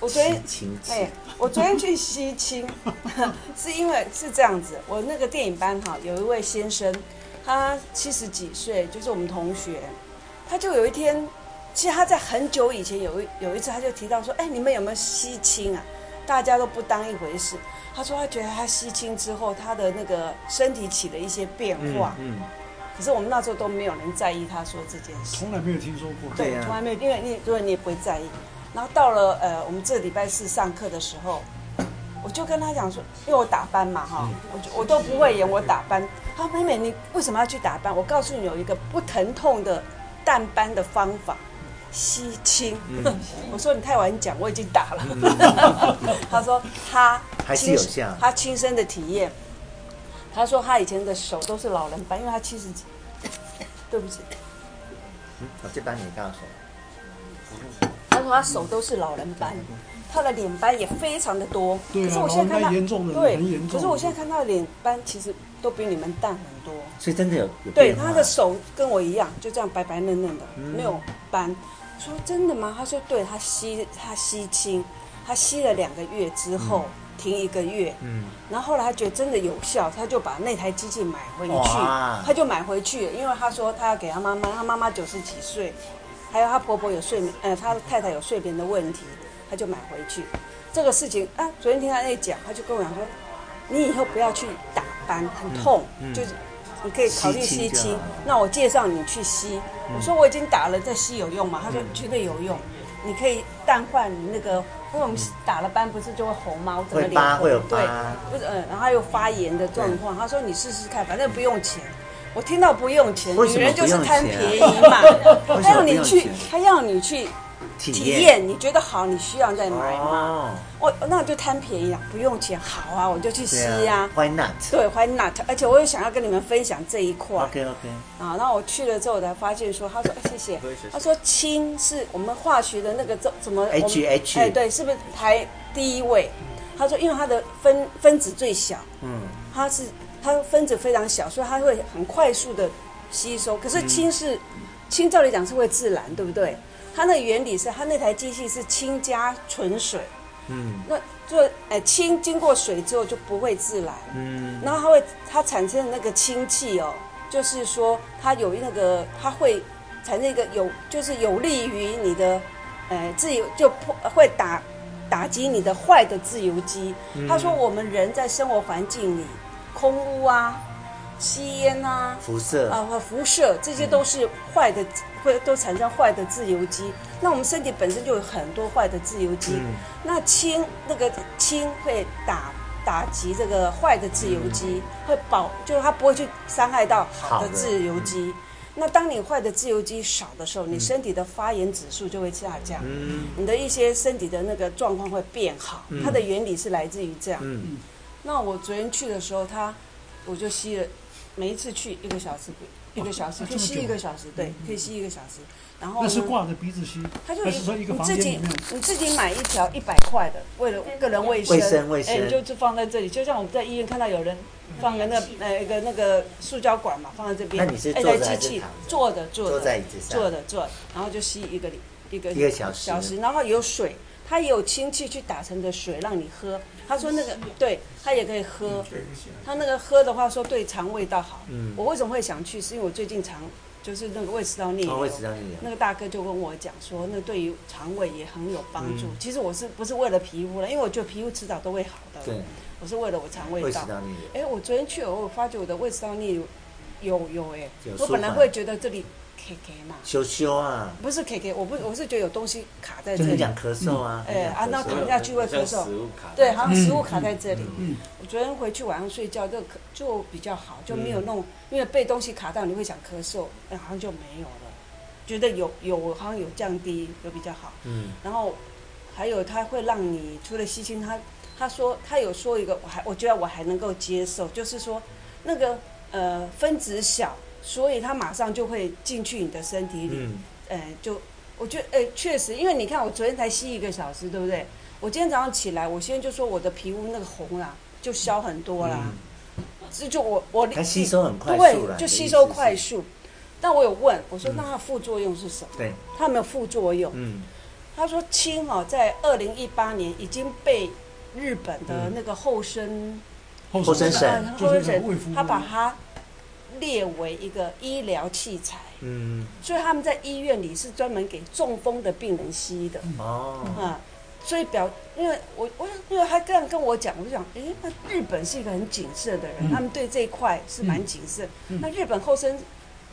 我昨天
亲戚
哎、我昨天去西青， 是因为是这样子，我那个电影班哈，有一位先生，他七十几岁，就是我们同学，他就有一天，其实他在很久以前有一有一次，他就提到说，哎、你们有没有西青啊？大家都不当一回事。他说他觉得他西青之后，他的那个身体起了一些变化，
嗯，
可是我们那时候都没有人在意他说这件事。
从来没有听说过。
对
对，啊
从来没有，因为你如果你也不会在意。然后到了呃，我们这礼拜四上课的时候，我就跟他讲说，因为我打扮嘛哈，
嗯
我就我都不会演我打扮。他说妹妹，你为什么要去打扮？我告诉你有一个不疼痛的淡斑的方法，吸清。
嗯
我说你太晚讲，我已经打了。 他说他
还是
亲
有效
他亲身的体验。他说他以前的手都是老人斑，因为他七十几。对不起，
嗯我这帮你告诉我，
他说他手都是老人斑，他的脸斑也非常的多。
对啊
可是我现在看
老人
他
斑严重的
对
很严重的
可是我现在看他的脸斑其实都比你们淡很多。
所以真的有有
对，
变化
他的手跟我一样，就这样白白嫩嫩的，没有斑。我
嗯
说真的吗？他说对，他吸他吸青，他吸了两个月之后、
嗯
停一个月，
嗯，
然后后来他觉得真的有效，他就把那台机器买回去
哇，
他就买回去，因为他说他要给他妈妈，他妈妈九十几岁，还有他婆婆有睡眠，呃，他太太有睡眠的问题，他就买回去。这个事情啊，昨天听他在讲，他就跟我讲说，你以后不要去打斑，很痛，
嗯嗯
就是你可以考虑吸
吸气就
气
好了。
那我介绍你去吸，我说我已经打了，再吸有用吗？他说
嗯
绝对有用，你可以淡化你那个，因为我们打了斑不是就会红吗？我整
嗯
个
会
脸
疤
红
会有
对。
疤，
不是，嗯，然后还有发炎的状况。他说你试试看，反正不用钱。我听到不用钱，
为什
女
么
人就是贪
不用
便宜
钱
嘛。
为
他
什
要
么不
你
用
去
钱，
他要你去
体
体验，你觉得好，你需要再买嘛。
哦，
我那我就贪便宜啊，不用钱，好啊，我就去吸
对
呀
啊。，Why not？
对，Why not？而且我也想要跟你们分享这一块
OK OK，
啊。那我去了之后，我才发现说，他说哎谢谢，他说氢是我们化学的那个怎怎么我们
HH
哎对，是不是排第一位？他说因为它的分分子最小。
嗯，
它是它分子非常小，所以它会很快速的吸收。可是氢是氢，照理讲是会自燃，对不对？它那原理是它那台机器是氢加纯水，
嗯
那做呃氢经过水之后就不会自燃，
嗯，
然后它会它产生的那个氢气哦，就是说它有那个它会产生一个有就是有利于你的呃自由就破会打打击你的坏的自由基。他说我们人在生活环境里，空污啊、吸烟啊、
辐射
啊、和辐射这些都是坏的，会都产生坏的自由基。那我们身体本身就有很多坏的自由基，
嗯
那氢那个氢会打打击这个坏的自由基，会保就是它不会去伤害到好
嗯好
的
的嗯
自由基。那当你坏的自由基少的时候，你身体的发炎指数就会下降，
嗯
你的一些身体的那个状况会变好。它的原理是来自于这样。
嗯，
那我昨天去的时候，他我就吸了，每一次去一个小时，一个小时
哦
可以吸
这么久嗯
一个小时，对，可以吸一个小时。然后
那是
呢，
挂着鼻子吸，
他就
还是说一个
你
房
自
间里
己
面？
你自己买一条一百块的，为了个人卫生，
卫生卫
哎，你就
生，
就放在这里，就像我们在医院看到有人放个那呃一个那个塑胶管嘛，放在这边，
那你是
哎
坐着
在
还
机
是
器
躺着
坐的坐
坐在
的
椅子上，
坐的坐的，然后就吸一个一个
一个小时
小时，然后有水，它也有氢气去打成的水让你喝。他说那个对，他也可以喝。他那个喝的话说对肠胃道好。我为什么会想去？是因为我最近肠就是那个胃食道逆
哦，
流
会。知道你
那个大哥就跟我讲说，那对于肠胃也很有帮助。
嗯
其实我是不是为了皮肤了？因为我觉得皮肤迟早都会好的。
对，
我是为了我肠胃
会知
道。
道你
哎、我昨天去，我发觉我的胃食道逆流有有哎、
有
我本来
舒缓
会觉得这里 K K 嘛，
羞羞啊，
不是 K K，我不我是觉得有东西卡在
就
这
很
里。
想咳嗽啊，
哎、啊，
很
那
想咳嗽
躺下去会咳
像
嗽。
食物卡
对，
在嗯
好像食物卡在这里。我昨天回去晚上睡觉就咳就比较好，就没有
嗯
弄，因为被东西卡到你会想咳嗽，哎，好像就没有了。觉得有有好像有降低，有比较好。
嗯，
然后还有它会让你除了吸清，它他说他有说一个，我还我觉得我还能够接受，就是说那个呃分子小，所以它马上就会进去你的身体里。
嗯，
呃，就我觉得，呃，确实，因为你看，我昨天才吸一个小时，对不对？我今天早上起来，我现在就说我的皮肤那个红啦，就消很多啦。这就我我
嗯它吸收很快速啦
对，就吸收
你
快。
的意思
速。但我有问我说，
嗯
那它副作用是什么？
是对，
它有没有副作用？
嗯，
他说氢哦，在二零一八年已经被日本
嗯
的那个后生
后生省，
呃后生
就是卫福
省，
部
他把它列为一个医疗器材。
嗯，
所以他们在医院里是专门给中风的病人吸的
哦，
啊。所以表，因为我我因为他这样跟我讲，我就想，诶，那日本是一个很谨慎的人，
嗯
他们对这一块是蛮谨慎。那日本后生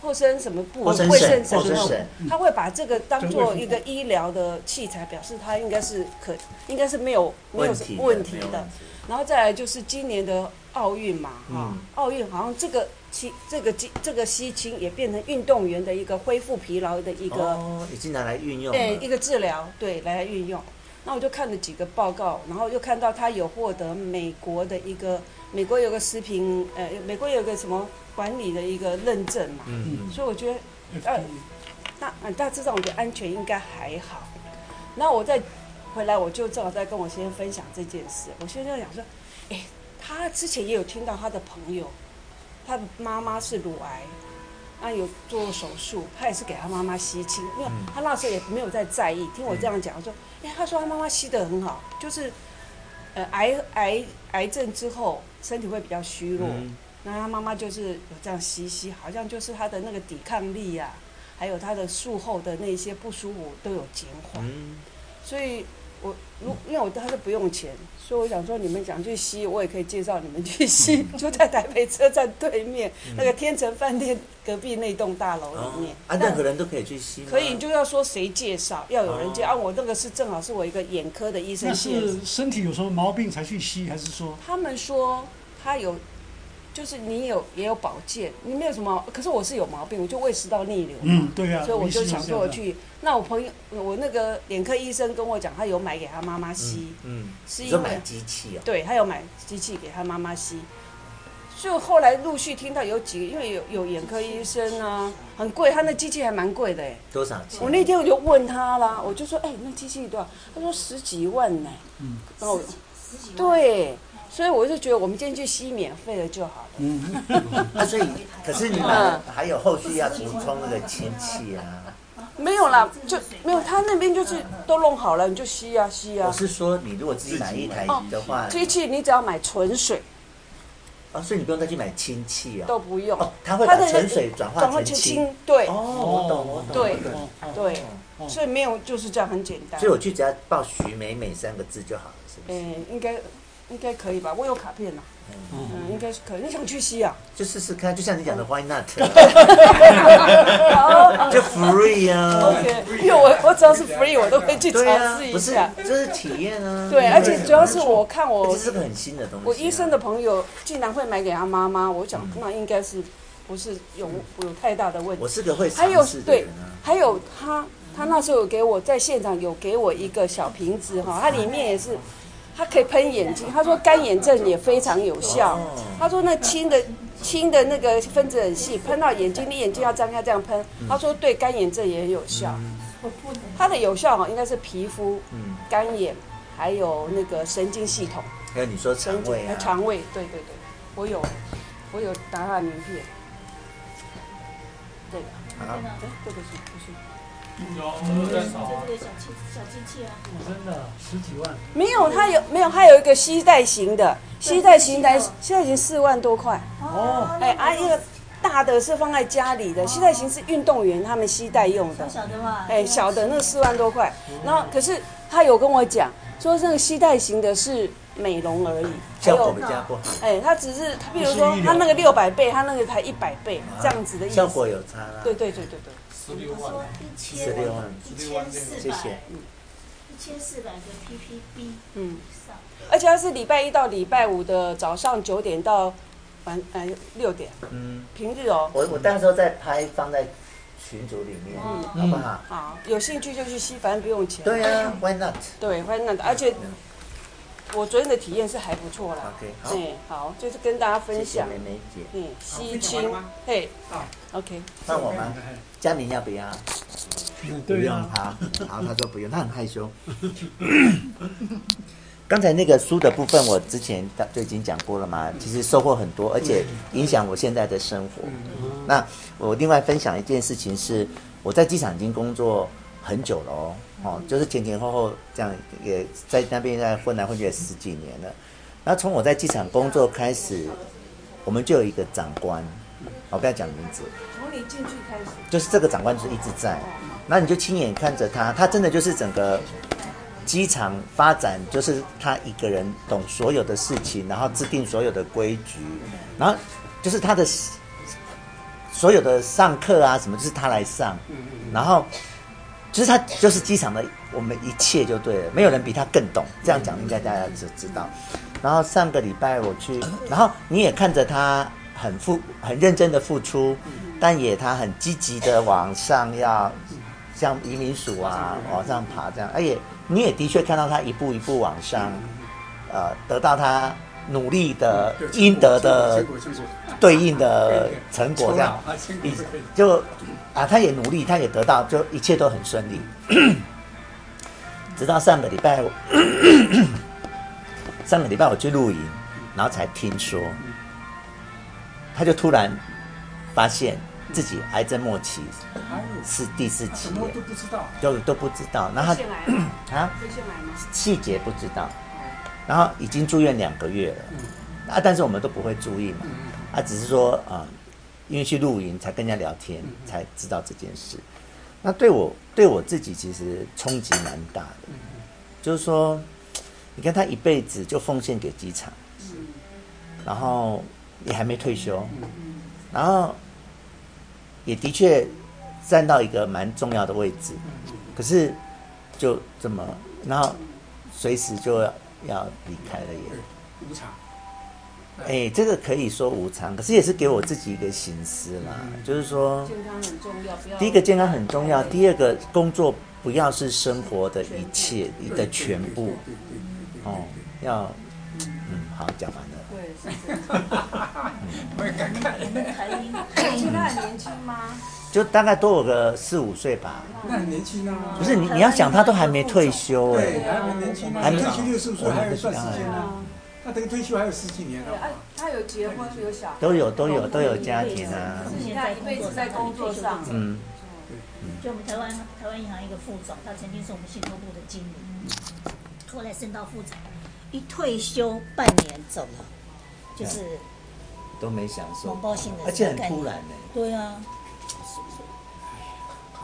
后生什么部
后生
卫生
省，后
什
生
么
省，嗯
他会把这个当
跟卫
做
生
一个医疗的器材，表示他应该是可，应该是没有没有
问
什
题
么
的
问题
没有
的
问。题
然后再来就是今年的奥运嘛，哈
嗯，
奥运好像这个吸这个吸这个吸氢也变成运动员的一个恢复疲劳的一个
哦，已经拿来运用
对一
了，
个治疗，对来运用。那我就看了几个报告，然后又看到他有获得美国的一个美国有个食品呃美国有个什么管理的一个认证嘛，
嗯，
所以我觉得呃那呃大致上我觉得安全应该还好。那我再回来，我就正好在跟我先生分享这件事。我先生讲说，哎、他之前也有听到他的朋友，他的妈妈是乳癌，啊有做手术，他也是给他妈妈吸亲，因为他那时候也没有在在意。听我这样讲，我说，哎、他说他妈妈吸得很好，就是呃癌癌癌症之后身体会比较虚弱。
嗯
那他妈妈就是有这样吸吸，好像就是他的那个抵抗力啊，还有他的术后的那些不舒服都有减缓。
嗯，
所以我如因为我他是不用钱，所以我想说你们想去吸，我也可以介绍你们去吸，
嗯
就在台北车站对面、那个天成饭店隔壁那栋大楼里
哦。
面
啊，任何人都可以去吸吗，
可以，就要说谁介绍，要有人介
哦
绍。啊，我那个是正好是我一个眼科的医生
那
介绍。
是身体有什么毛病才去吸，还是说
他们说他有，就是你有也有保健，你没有什么，可是我是有毛病，我就胃食道逆流嘛，
嗯对啊
所以我就
你是有
想说我
嗯
去，那我朋友我那个眼科医生跟我讲，他有买给他妈妈吸，
嗯，
是
你
因
说
为
买机器哦，
对他有买机器给他妈妈吸，所以我后来陆续听到有几个，因为有有眼科医生啊，很贵，他那机器还蛮贵的哎、
多少钱？
我那天我就问他啦，我就说，哎、那机器多少？他说十几万呢、嗯，然后我
十几万，
对，所以我就觉得我们今天去吸免费的就好了。
啊，所以可是你买
嗯
了还有后续要补充那个氢气啊。
嗯
没有
哦
啦，就没有他那边就是都弄好了，你就吸啊吸
我
啊。
哦是说，你如果自己买一台的话，
机器你只要买纯水
啊，所以你不用再去买氢气
都
哦。
不用，
哦，它会
它
把
的
纯水转化
转化
成
成
氢。
氢，对
哦，我懂，我懂，
对
我懂。
对，所以没有就是这样很简单
所以。我哦去只要报徐美美三个字就好了，是不是？
嗯，应该应该可以吧？我有卡片啦，嗯，应该是可以。你想去 吸啊？
就试试看，就像你
嗯
讲的 Why not？
哦好
就 free 啊，
，OK，因为 我我只要是 free，我都会去
对啊
尝，试一
不是
下。，
就是体验啊。
对，而且主要是我看
而
我
且这是个很新的东西啊。
我医生的朋友竟然会买给他妈妈，我
嗯
想那应该是不是有有太大的问
我
题？
是个会
还
尝
有
试的
对
人啊。，
还有他他那时候有给我在现场有给我一个小瓶子哈，它里面也是。它可以喷眼睛，他说干眼症也非常有效
哦。
他说那轻的轻的那个分子很细，喷到眼睛，你眼睛要张开这样喷。
嗯
他说对干眼症也很有效。它的有效哈应该是皮肤、
嗯，
干眼，还有那个神经系统。
还有你说肠胃啊，
肠胃，对对对，我有，我有打他的名片。对，
好
哎，这个是不是？
有在扫
这个小机小机器啊，
真的十几万？
没有，它有没有？它有一个膝带型的，膝带型的，膝带型四万多块。
哦
哎，啊，一个大的是放在家里的，现在型是运动员他们携带用的
小，小的嘛，
哎，小的那四万多块。然后可是他有跟我讲说，这个携带型的是美容而已，还
效果
有
比较不好，啊
哎，他只是他比如
不
说
是医疗
他那个六百倍，他那个才一百倍这样子的意思。
啊效果有差啦。
对对对对对，
十
他说一千
十六万
一千四
谢
百
谢，
一千四百个 PPB 以
嗯，
上，
而且他是礼拜一到礼拜五的早上九点到晚呃六点，
嗯，
平日哦。
我我到时候再拍放在群组里面，
嗯
好不好？
好，啊有兴趣就去吸，反正不用钱。
对呀，Why not？
对，欢迎那而且
嗯
我昨天的体验是还不错啦。
OK，好
哎，好，就是跟大家分
谢谢
享，
梅梅姐，
嗯，吸清，嘿，OK，
换我吗？佳明要不要？
嗯
不
对
用
啊，
他，然后他说不用，他很害羞。 刚才那个书的部分，我之前就已经讲过了嘛，其实收获很多，而且影响我现在的生活。
嗯
那我另外分享一件事情是，我在机场已经工作很久了哦，
嗯
哦，就是前前后后这样也在那边在混来混去也十几年了。然后从我在机场工作开始，我们就有一个长官，我不要讲名字，
从你进去开始，
就是这个长官就是一直在，那你就亲眼看着他，他真的就是整个机场发展，就是他一个人懂所有的事情，然后制定所有的规矩，然后就是他的所有的上课啊什么，就是他来上，然后就是他就是机场的我们一切就对了，没有人比他更懂，这样讲应该大家知知道。然后上个礼拜我去，然后你也看着他很付很认真的付出，但也他很积极的往上要像移民署啊往上爬这样，而且你也的确看到他一步一步往上，呃，得到他努力的应得的对应的成果这样。
啊
以就啊，他也努力，他也得到，就一切都很顺利。直到上个礼拜，我 上个礼拜我去露营，然后才听说，他就突然发现自己癌症末期是第四期
哎什，么都不知道，
就都不知道。然后
先来吗？
他 啊，
会先来吗？
细节不知道，然后已经住院两个月了，啊，但是我们都不会注意嘛，啊，只是说啊、因为去露营才跟人家聊天，才知道这件事。那对我对我自己其实冲击蛮大的，就是说，你看他一辈子就奉献给机场，然后也还没退休，然后也的确站到一个蛮重要的位置，可是就这么，然后随时就要要离开了耶。
无常。
哎，这个可以说无常，可是也是给我自己一个醒思啦，就是说，
健康很重要，不要
第一个健康很重要，第二个工作不要是生活的一切，你的全部
对对对对
哦，要，嗯，好，讲完了，
对，是这样。
我也感慨，
才应
你觉得他很年轻吗？
就大概多有个四五岁吧。
那很年轻啊
不，是你，你要想他都还没退休哎、
对，还很年轻啊，
还没
退休六十五岁还有一段时间
对
呢，
啊，
那等退休还有十几年
对
呢。
啊，他有结婚，有小孩，
都有都有都有家庭啊，
自己看一辈子在工作上，
嗯，
就我们台湾台湾银行一个副总，他曾经是我们信托部的经理，后来升到副总，一退休半年走了，就是
都没享受
猛，爆性的，
而且很突。然哎呢、
对啊，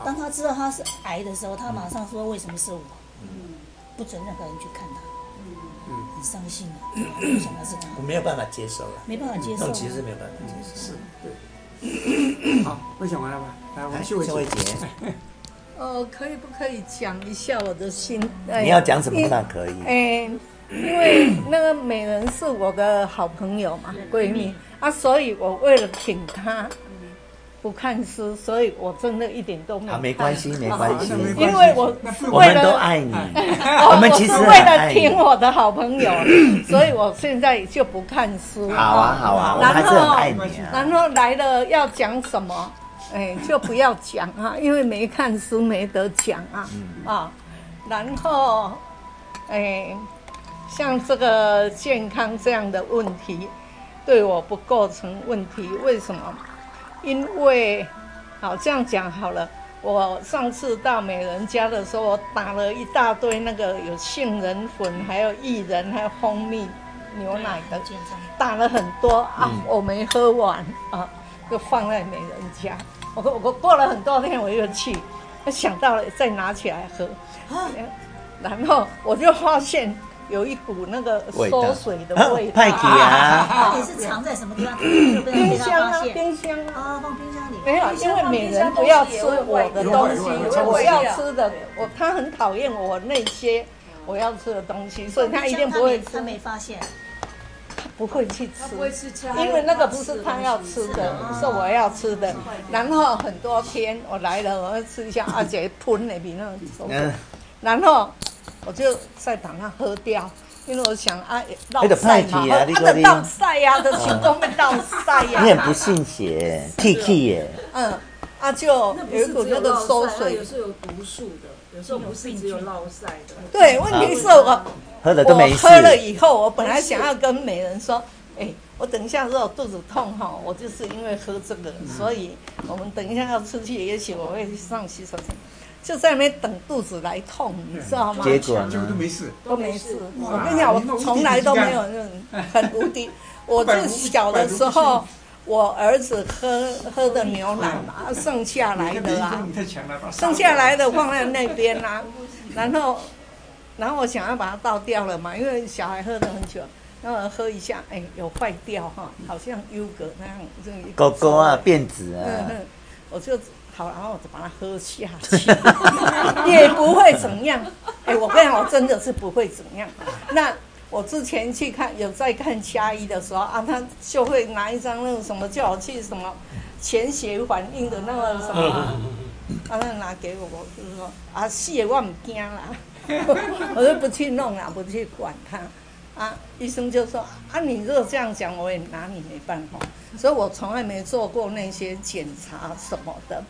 当他知道他是癌的时候，他马上说：“为什么是我？”
嗯
不准任何人去看他，很伤心啊，没想到是他，
我没有办法接受了，
没办法接
这
受啊
种。其实是没有办法接受。
好，分享完了吧？来，我
来，
们
谢
秀慧
慧
姐，
姐，
呃，可以不可以讲一下我的心？哎
你要讲什么
因
那可以。
哎，因为那个美人是我的好朋友嘛，闺
嗯
蜜啊，所以我为了请她不看书，所以我真的一点都没
啊，
看。啊
没关系，没关系
那，没关系
因为我
那
是
不
我们
为
都
了。
爱你，
哦
我们其实
是
很
为了
爱你
听。我的好朋友，所以我现在就不看书。
好啊，
哦
好啊，我们
然
还是很爱
后，
你啊。
然后来了要讲什么，哎，就不要讲啊，因为没看书没得讲啊，啊，然后，哎，像这个健康这样的问题，对我不构成问题，为什么？因为，好这样讲好了。我上次到美人家的时候，我打了一大堆那个有杏仁粉，还有薏仁，还有蜂蜜牛奶的
健康
嗯
打了很多啊，我没喝完啊，又放在美人家。我过我过了很多天，我又去，想到了再拿起来喝，
啊
然后我就发现有一股那个
味道
缩水的味道
派。克啊，
它也是藏在什么地方，就被被
冰箱
他
啊
发，现。
冰箱啊。
啊，放冰箱里。
没有，因为美人不要吃我的东西，我要吃的，我他很讨厌我那些我要吃的东西，所以他一定不会
他
吃，
没发现。
不会去
他
吃
不。会吃吃，
因为那个不是他要吃的，是我要吃的。然后很多天我来了，我要吃一下，而且喷的比那个手
嗯，
然后我就再把它喝掉，因为我想啊，
那
绕
就
晒
派
嘛，
去啊你
啊，
讲
就
你
绕晒呀，就成功的绕晒呀。
你很不信邪，T T 耶，
嗯，啊，就有
那不
一
是
股
只
那
有
个
落
馊
晒它
水
有。时候有毒素的，有时候不是只有落晒的。
对，问题是
啊
我
喝了
我
都没事
喝。了以后，我本来想要跟美人说，哎、我等一下如果肚子痛哈，我就是因为喝这个，所以我们等一下要出去，也许我会上洗手间，就在那边等肚子来痛，你知道吗？
结果
结果都
呢？
没事。
都没事。
哇
我跟你讲，我
你那无敌
从来都没有
之
那种很无敌。我就小的时候，我儿子喝喝的牛奶嘛，剩下来
你
的啊。
你太强了，把它杀
剩下来的放在那边啦、 然后，然后我想要把它倒掉了嘛，因为小孩喝了很久，然后喝一下，哎，有坏掉哈，好像优格那样，这个
狗狗啊，，变质
嗯
啊，
嗯， 我就好，然后我就把它喝下去，也不会怎样。哎，我跟你讲，我真的是不会怎样。那我之前去看有在看掐医的时候啊，他就会拿一张那个什么叫我去什么潜血反应的那个什么。啊，那拿给我，我就是说啊，血我唔惊啦， 我就不去弄啦，不去管它。啊，医生就说啊，你如果这样讲，我也拿你没办法。所以我从来没做过那些检查什么的。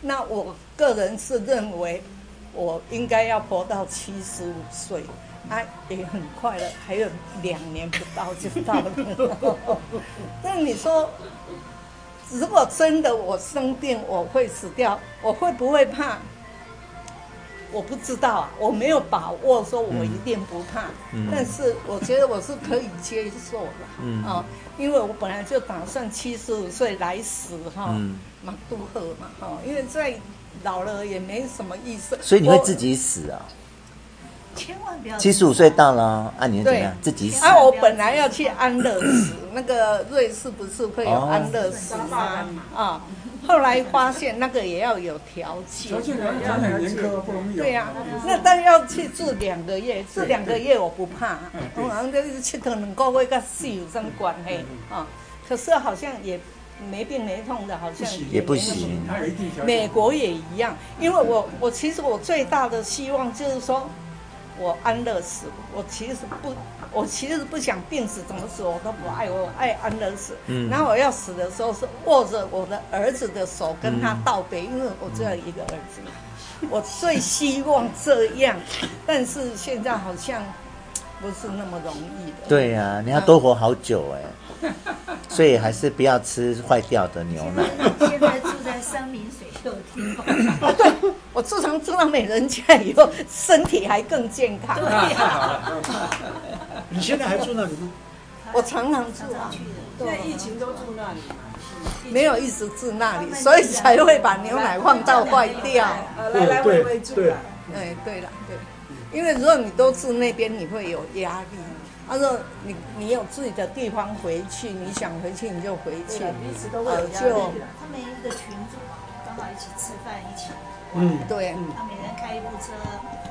那我个人是认为，我应该要活到七十五岁，啊，也很快了，还有两年不到就到了。 那你说，如果真的我生病，我会死掉，我会不会怕？我不知道啊，我没有把握说我一定不怕，
嗯
但是我觉得我是可以接受的。
嗯
啊，因为我本来就打算七十五岁来死哈，
嗯
嘛都喝嘛哈，因为再老了也没什么意思。
所以你会
我
自己死啊？
千万不要。
七十五岁到了哦，啊，你会怎么样
对？
自己死
啊，我本来要去安乐死，那个瑞士不是会有
哦
安乐死吗？啊，后来发现那个也要有条件
条。件很条件很严苛，不容易。啊
对呀、那但要去住两个月，住两个月我不怕
嗯，对
我好像就是去可能个月跟死有相关嘿啊。可是好像也没病没痛的，好像
也不
没那么
行
他有一定条件。
美国也一样，因为我我其实我最大的希望就是说，我安乐死。我其实不，我其实不想病死，怎么死我都不爱，我爱安乐死。
嗯
然后我要死的时候是握着我的儿子的手跟他道别，因为我只有一个儿子，我最希望这样，但是现在好像不是那么容易的。
对呀、你要多活好久哎、所以还是不要吃坏掉的牛奶。
现在住在山明水秀的地方，
我自从住到美人家以后，身体还更健康。
你现在还住那里吗？
我常常住
常
啊
常。去的。
现在疫情都住那里嘛，
没有一直住那里，所以才会把牛奶放到坏掉。
呃，来来回回住
对对
了。
哎，对了，对，因为如果你都住那边，你会有压力。他说你你有自己的地方回去，你想回去你就回
对
去
了，，彼此都会有压力的。
他们一个群组，刚好一起吃饭，一起，
嗯，
对。
他每人开一部车，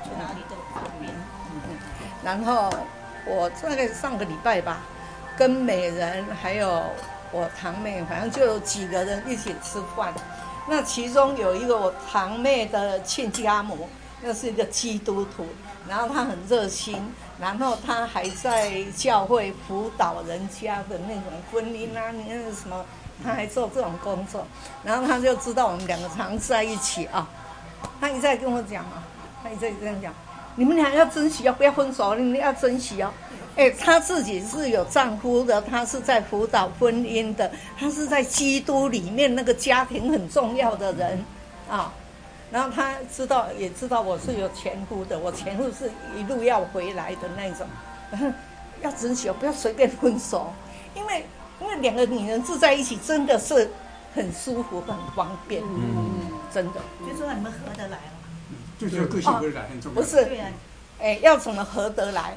去哪里都方便。
然后我大概上个礼拜吧，跟美人还有我堂妹，反正就有几个人一起吃饭。那其中有一个我堂妹的亲家母，那是一个基督徒，然后她很热心，然后她还在教会辅导人家的那种婚姻啊，你那个什么，她还做这种工作。然后她就知道我们两个常在一起啊，她一再跟我讲啊，她一再这样讲，你们俩要珍惜哦，不要分手，你们要珍惜哦。哎，她自己是有丈夫的，她是在辅导婚姻的，她是在基督里面那个家庭很重要的人啊。然后她知道，也知道我是有前夫的，我前夫是一路要回来的那种， 要珍惜哦，不要随便分手，因为因为两个女人住在一起真的是很舒服，很方便，
嗯，
真的
就说你们合得来了。
就是要个性而来很重要。
哦不是。
对啊，
哎，要怎么合得来？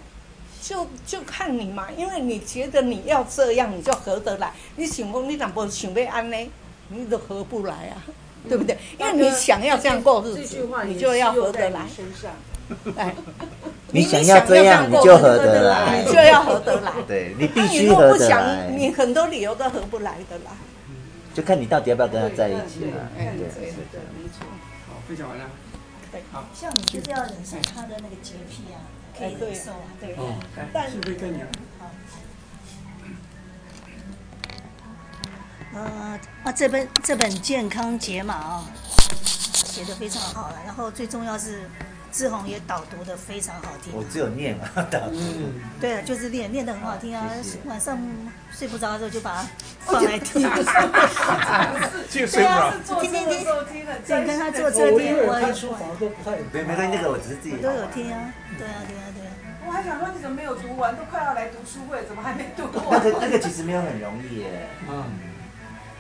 就就看你嘛，因为你觉得你要这样，你就合得来。你想讲你若无想要安呢，你都合不来啊，对不对？因为你想要这样过日
这句
子
话，
你
也
就要
适用
合
在
得
你
来。
身上，
哎，
你想要这样，你就合得 来
你。就
啊
要合得来。
对你 必
那你
须
如果
合
不
得
想，你
来，
很多理由都合不来的啦。
就看你到底要不要跟他在一起
对
了、啊。
哎
对
对，
对
是
对，
的。
没错。
好，分享完了。
像你就是要忍受他的那个洁癖啊，可以忍受啊，对不对？
哎
来，是不是跟你啊？
呃，啊，这本这本健康解码啊、写的非常好了，然后最重要是志宏也导读的非常好听
我，只有念嘛， 导致
对了，就是练练得很好听啊，
谢谢
晚上睡不着的时候就把它放来听，
这
对
睡不
啊
着，，
听听听，
听了，
自己跟他坐车
我
听
因，为
我
看书反而都不太
没没关系，那个我只是自己
我
好
都
玩
有听啊，对啊对啊对啊，
我还想说你怎么没有读完，都快要来读书会，怎么还没读
那
完？
个那个其实没有很容易耶，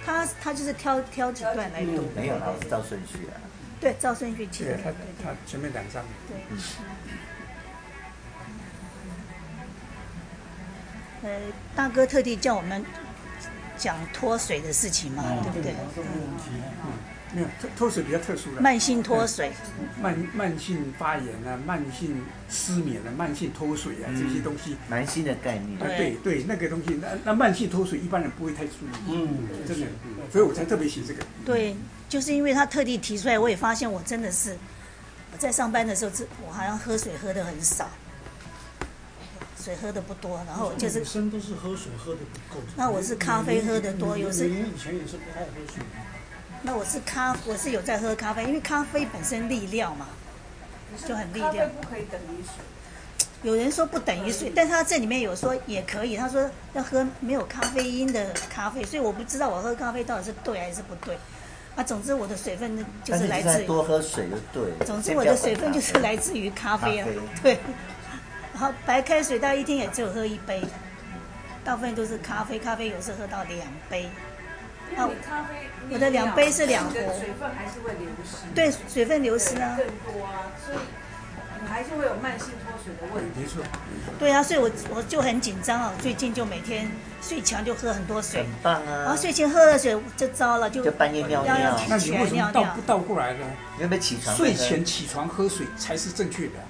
他他就是挑挑几段来读，
没有啦，我是照顺序啊。
对，照顺序记
啊
对啊
得，
他他前面两张，
呃，大哥特地叫我们讲脱水的事情嘛，对嗯不对？
没有脱脱水比较特殊的，
慢性脱水，
慢慢性发炎啊，慢性失眠啊，慢性脱水啊，这些东西。
蛮新的概念。
啊，对对，那个东西，那那慢性脱水一般人不会太注意，
嗯，
真的，嗯所以我才特别写这个。
对，就是因为他特地提出来，我也发现我真的是，我在上班的时候，这我好像喝水喝的很少，水喝的不多，然后就是
女，生都是喝水喝的不够。
那我是咖啡喝得多有时
你以前也是不太喝水。
那我是咖，我是有在喝咖啡，因为咖啡本身利尿嘛。就很力
咖啡
量
不可以等于水，
有人说不等于水，但是他这里面有说也可以，他说要喝没有咖啡因的咖啡，所以我不知道我喝咖啡到底是对还是不对。啊，总之我的水分就
但
是
是
来
你
自
再
于，
多喝水就对了。
总之
先
我
不要
的水分
管它
就是来自于咖啡啊
咖啡，
对。然后白开水大概一天也只有喝一杯，大部分都是咖啡，咖啡有时喝到两杯。
因为你咖啡，你
我的两杯是两
你的
壶
水分还是会流失，
对，水分流
流
失啊，
更多啊，所以你还是会有慢性脱水的问题。
没错，
对啊，所以我我就很紧张啊，最近就每天睡前就喝很多水
嗯
很，棒
然后
啊！
睡前喝了水就糟了，就
就半夜尿
要
尿
要，
那你为什么倒不倒过来呢？
你有没有起床？
睡前起床喝水才是正确的，啊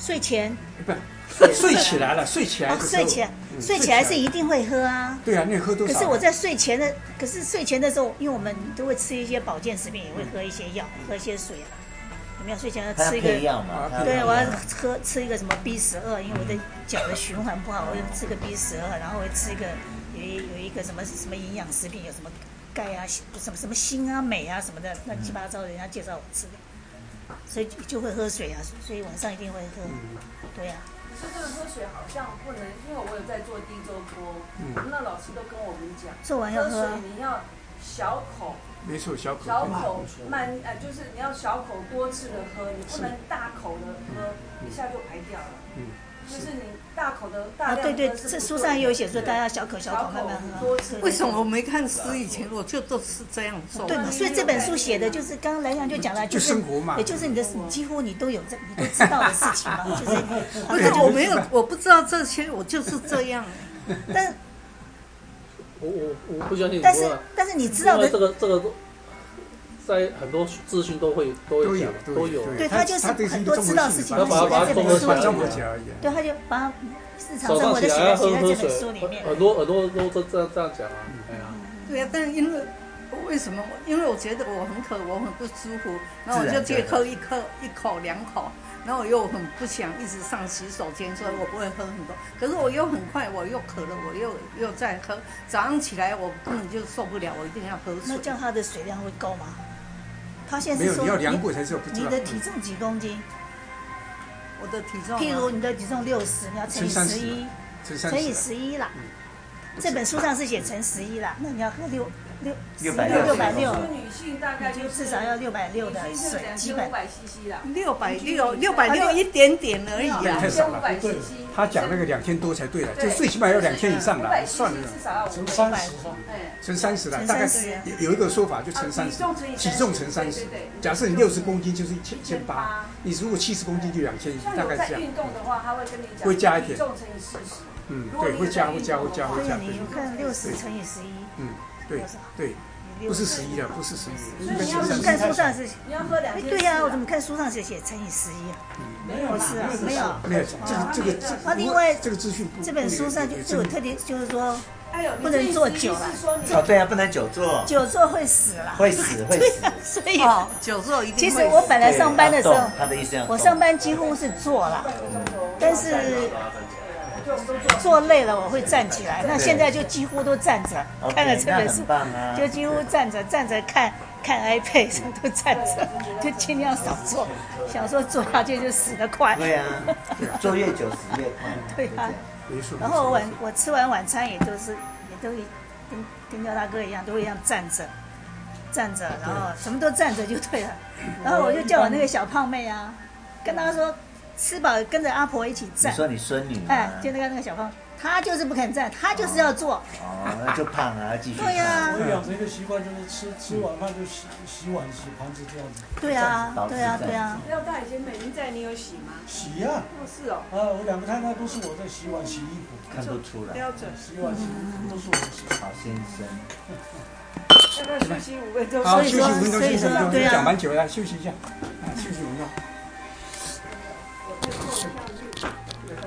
睡前
不是睡起来了，睡起来
哦
的，时候
睡前
嗯
睡起来是一定会喝啊。
对啊，那你喝多
可
少？
是我在睡前的，可是睡前的时候，因为我们都会吃一些保健食品，也会喝一些药，喝一些水啊。有没有睡前要
他要
吃一个
配？药嘛？
啊
他
对，啊
配
我要
药
喝吃一个什么 B 十二，因为我的脚的循环不好，我就吃个 B 十二，然后我会吃一个有一有一个什么什么营养食品，有什么钙啊、锌什么什么锌啊、镁啊什么的，乱七八糟
嗯
的，人家介绍我吃的，所以就就会喝水啊，所以晚上一定会喝。
嗯
对啊呀、
是这个喝水好像不能，因为我有在做低周波，我们那老师都跟我们讲，
做完要
喝
喝啊
水你要小口
没错，小口
小口慢，呃，就是你要小口多次的喝，你不能大口的喝，一下就排掉了。
嗯
就是你大口的大
啊，
量
对对，
地喝是不
这
的
书上也有写说，大家小口小口慢慢
小口
喝
多。吃
为什么我没看书？以前我就都是这样做。
对嘛，所以这本书写的就是刚刚来讲就讲了，
就是生活嘛
也就是你的你几乎你都有这你都知道的事情 嘛，就是
不是我没有，我不知道这些，我就是这样。
但
我我我不相信你
但
说
是
了，
但是你知
因
道
为
的
这个这个都在很多资讯都会都
都
会
有
讲，都有。
对他就是
他这个
很
一
多
个综
知
合
道
性
事情
要把它
都
把它
写在这
综合
本书
起来，
里
综合
面，
起来而已啊。
对，他就把日
早
常生
上
活
起
的写
来要
在
喝
写在
喝
这
水
本书里，面。
很多很多都这这样这样讲啊。哎呀，
对啊，但是因为为什么？因为我觉得我很渴，我很不舒服，然后我就借喝一口一口两口，然后我又很不想一直上洗手间，所以我不会喝很多。可是我又很快，我又渴了，我又又在喝。早上起来我根本就受不了，我一定要喝
那
水。
这样他的水量会够吗？他现在
没
是
有，
说
你要量过才知道，不知
你
道。
的体重几公斤？
我的体重啊，
譬如你的体重六十，你要乘以
乘
十
30
一
嘛，乘
乘以
三十，嗯
十一啦。这本书上是写乘十一啦，那你要喝六，六
660
六百六，
女性大概
就
就
至少要六百六的水，基本
五百 CC 啦，
六百六，六
啊
百六一点点而已
对
啊
太。少了
五百
对
CC，
他讲那个两千多才对了，
对
就最起码要两千以上
五百
了，算
CC
了，
至少要五
乘
百
三十吧，
哎，
乘三十了，
乘
大概
30呀
有有一个说法就乘
啊
三十
体重乘以，
体
30
重乘三十
对对对，
假设你六十公斤就是一千千八
1800，
你如果七十公斤就两千一，
像
大
有
概
在
这样，
运动的话，他会跟你讲
会加一点
体重乘以四十，
嗯，
如果
对，
你
会
有
加
在
会
运
加
动
会
的
加
话
会
所以
加，对
你看六十乘以十一，
嗯，对
多少
对，
你
不是
60
十一了，不是十一，
所以
应该是
你要
我怎么
30
看书上是？
你要喝两
哎
千四，
对呀，我怎么看书上写写乘以十一啊？
没有
不
啦？
是啊，没有。
没有，这个这个这
啊
个
另外
这个资讯不
这本书上就
不
就有特点，就是说
哎呦，你
不能
这
做
意思
久了
是说你
哦，对啊，不能久坐，
久坐会死了。
会死会
对
死。
呀，所以
哦，久坐一定
其
会
实我本来 上班的时
对
候
要动，他的意思要动
我上班几乎是坐了，但是坐累了我会站起来。那现在就几乎都站着
OK，
看了这
那
本书
很棒啊，
就几乎站着站着看看 iPad 什么都站着，就尽量少坐。想说坐下去就死得快。
对啊， 坐越久死越快。
对啊
就这样
没错，
然后晚我吃完晚餐也都是也都一跟跟廖大哥一样，都会一样站着，站着，然后什么都站着就对了。然后我就叫我那个小胖妹啊，跟她说吃饱跟着阿婆一起
你
站，
说你孙女吗？
哎，就那个那个小胖，她就是不肯站，她就是要坐。
哦，那就胖啊，继续胖。
对呀、
我养成一个习惯，就是吃吃完饭就洗洗碗、洗盘子这样子。
对呀、
保持
对呀、
站
对呀、
廖大以前美龄在你有洗吗？
洗呀、
不是哦，
啊，我两个太太都是我在洗碗、洗衣服，
看不出来，
标准。
洗碗、洗衣服都是我洗。
好先生。
要不要休息五分钟？
所
好，
以
休息
说
五分钟，
所以
休息
说
五分钟，
对啊
讲蛮久了，休息一下，啊，休息五分钟。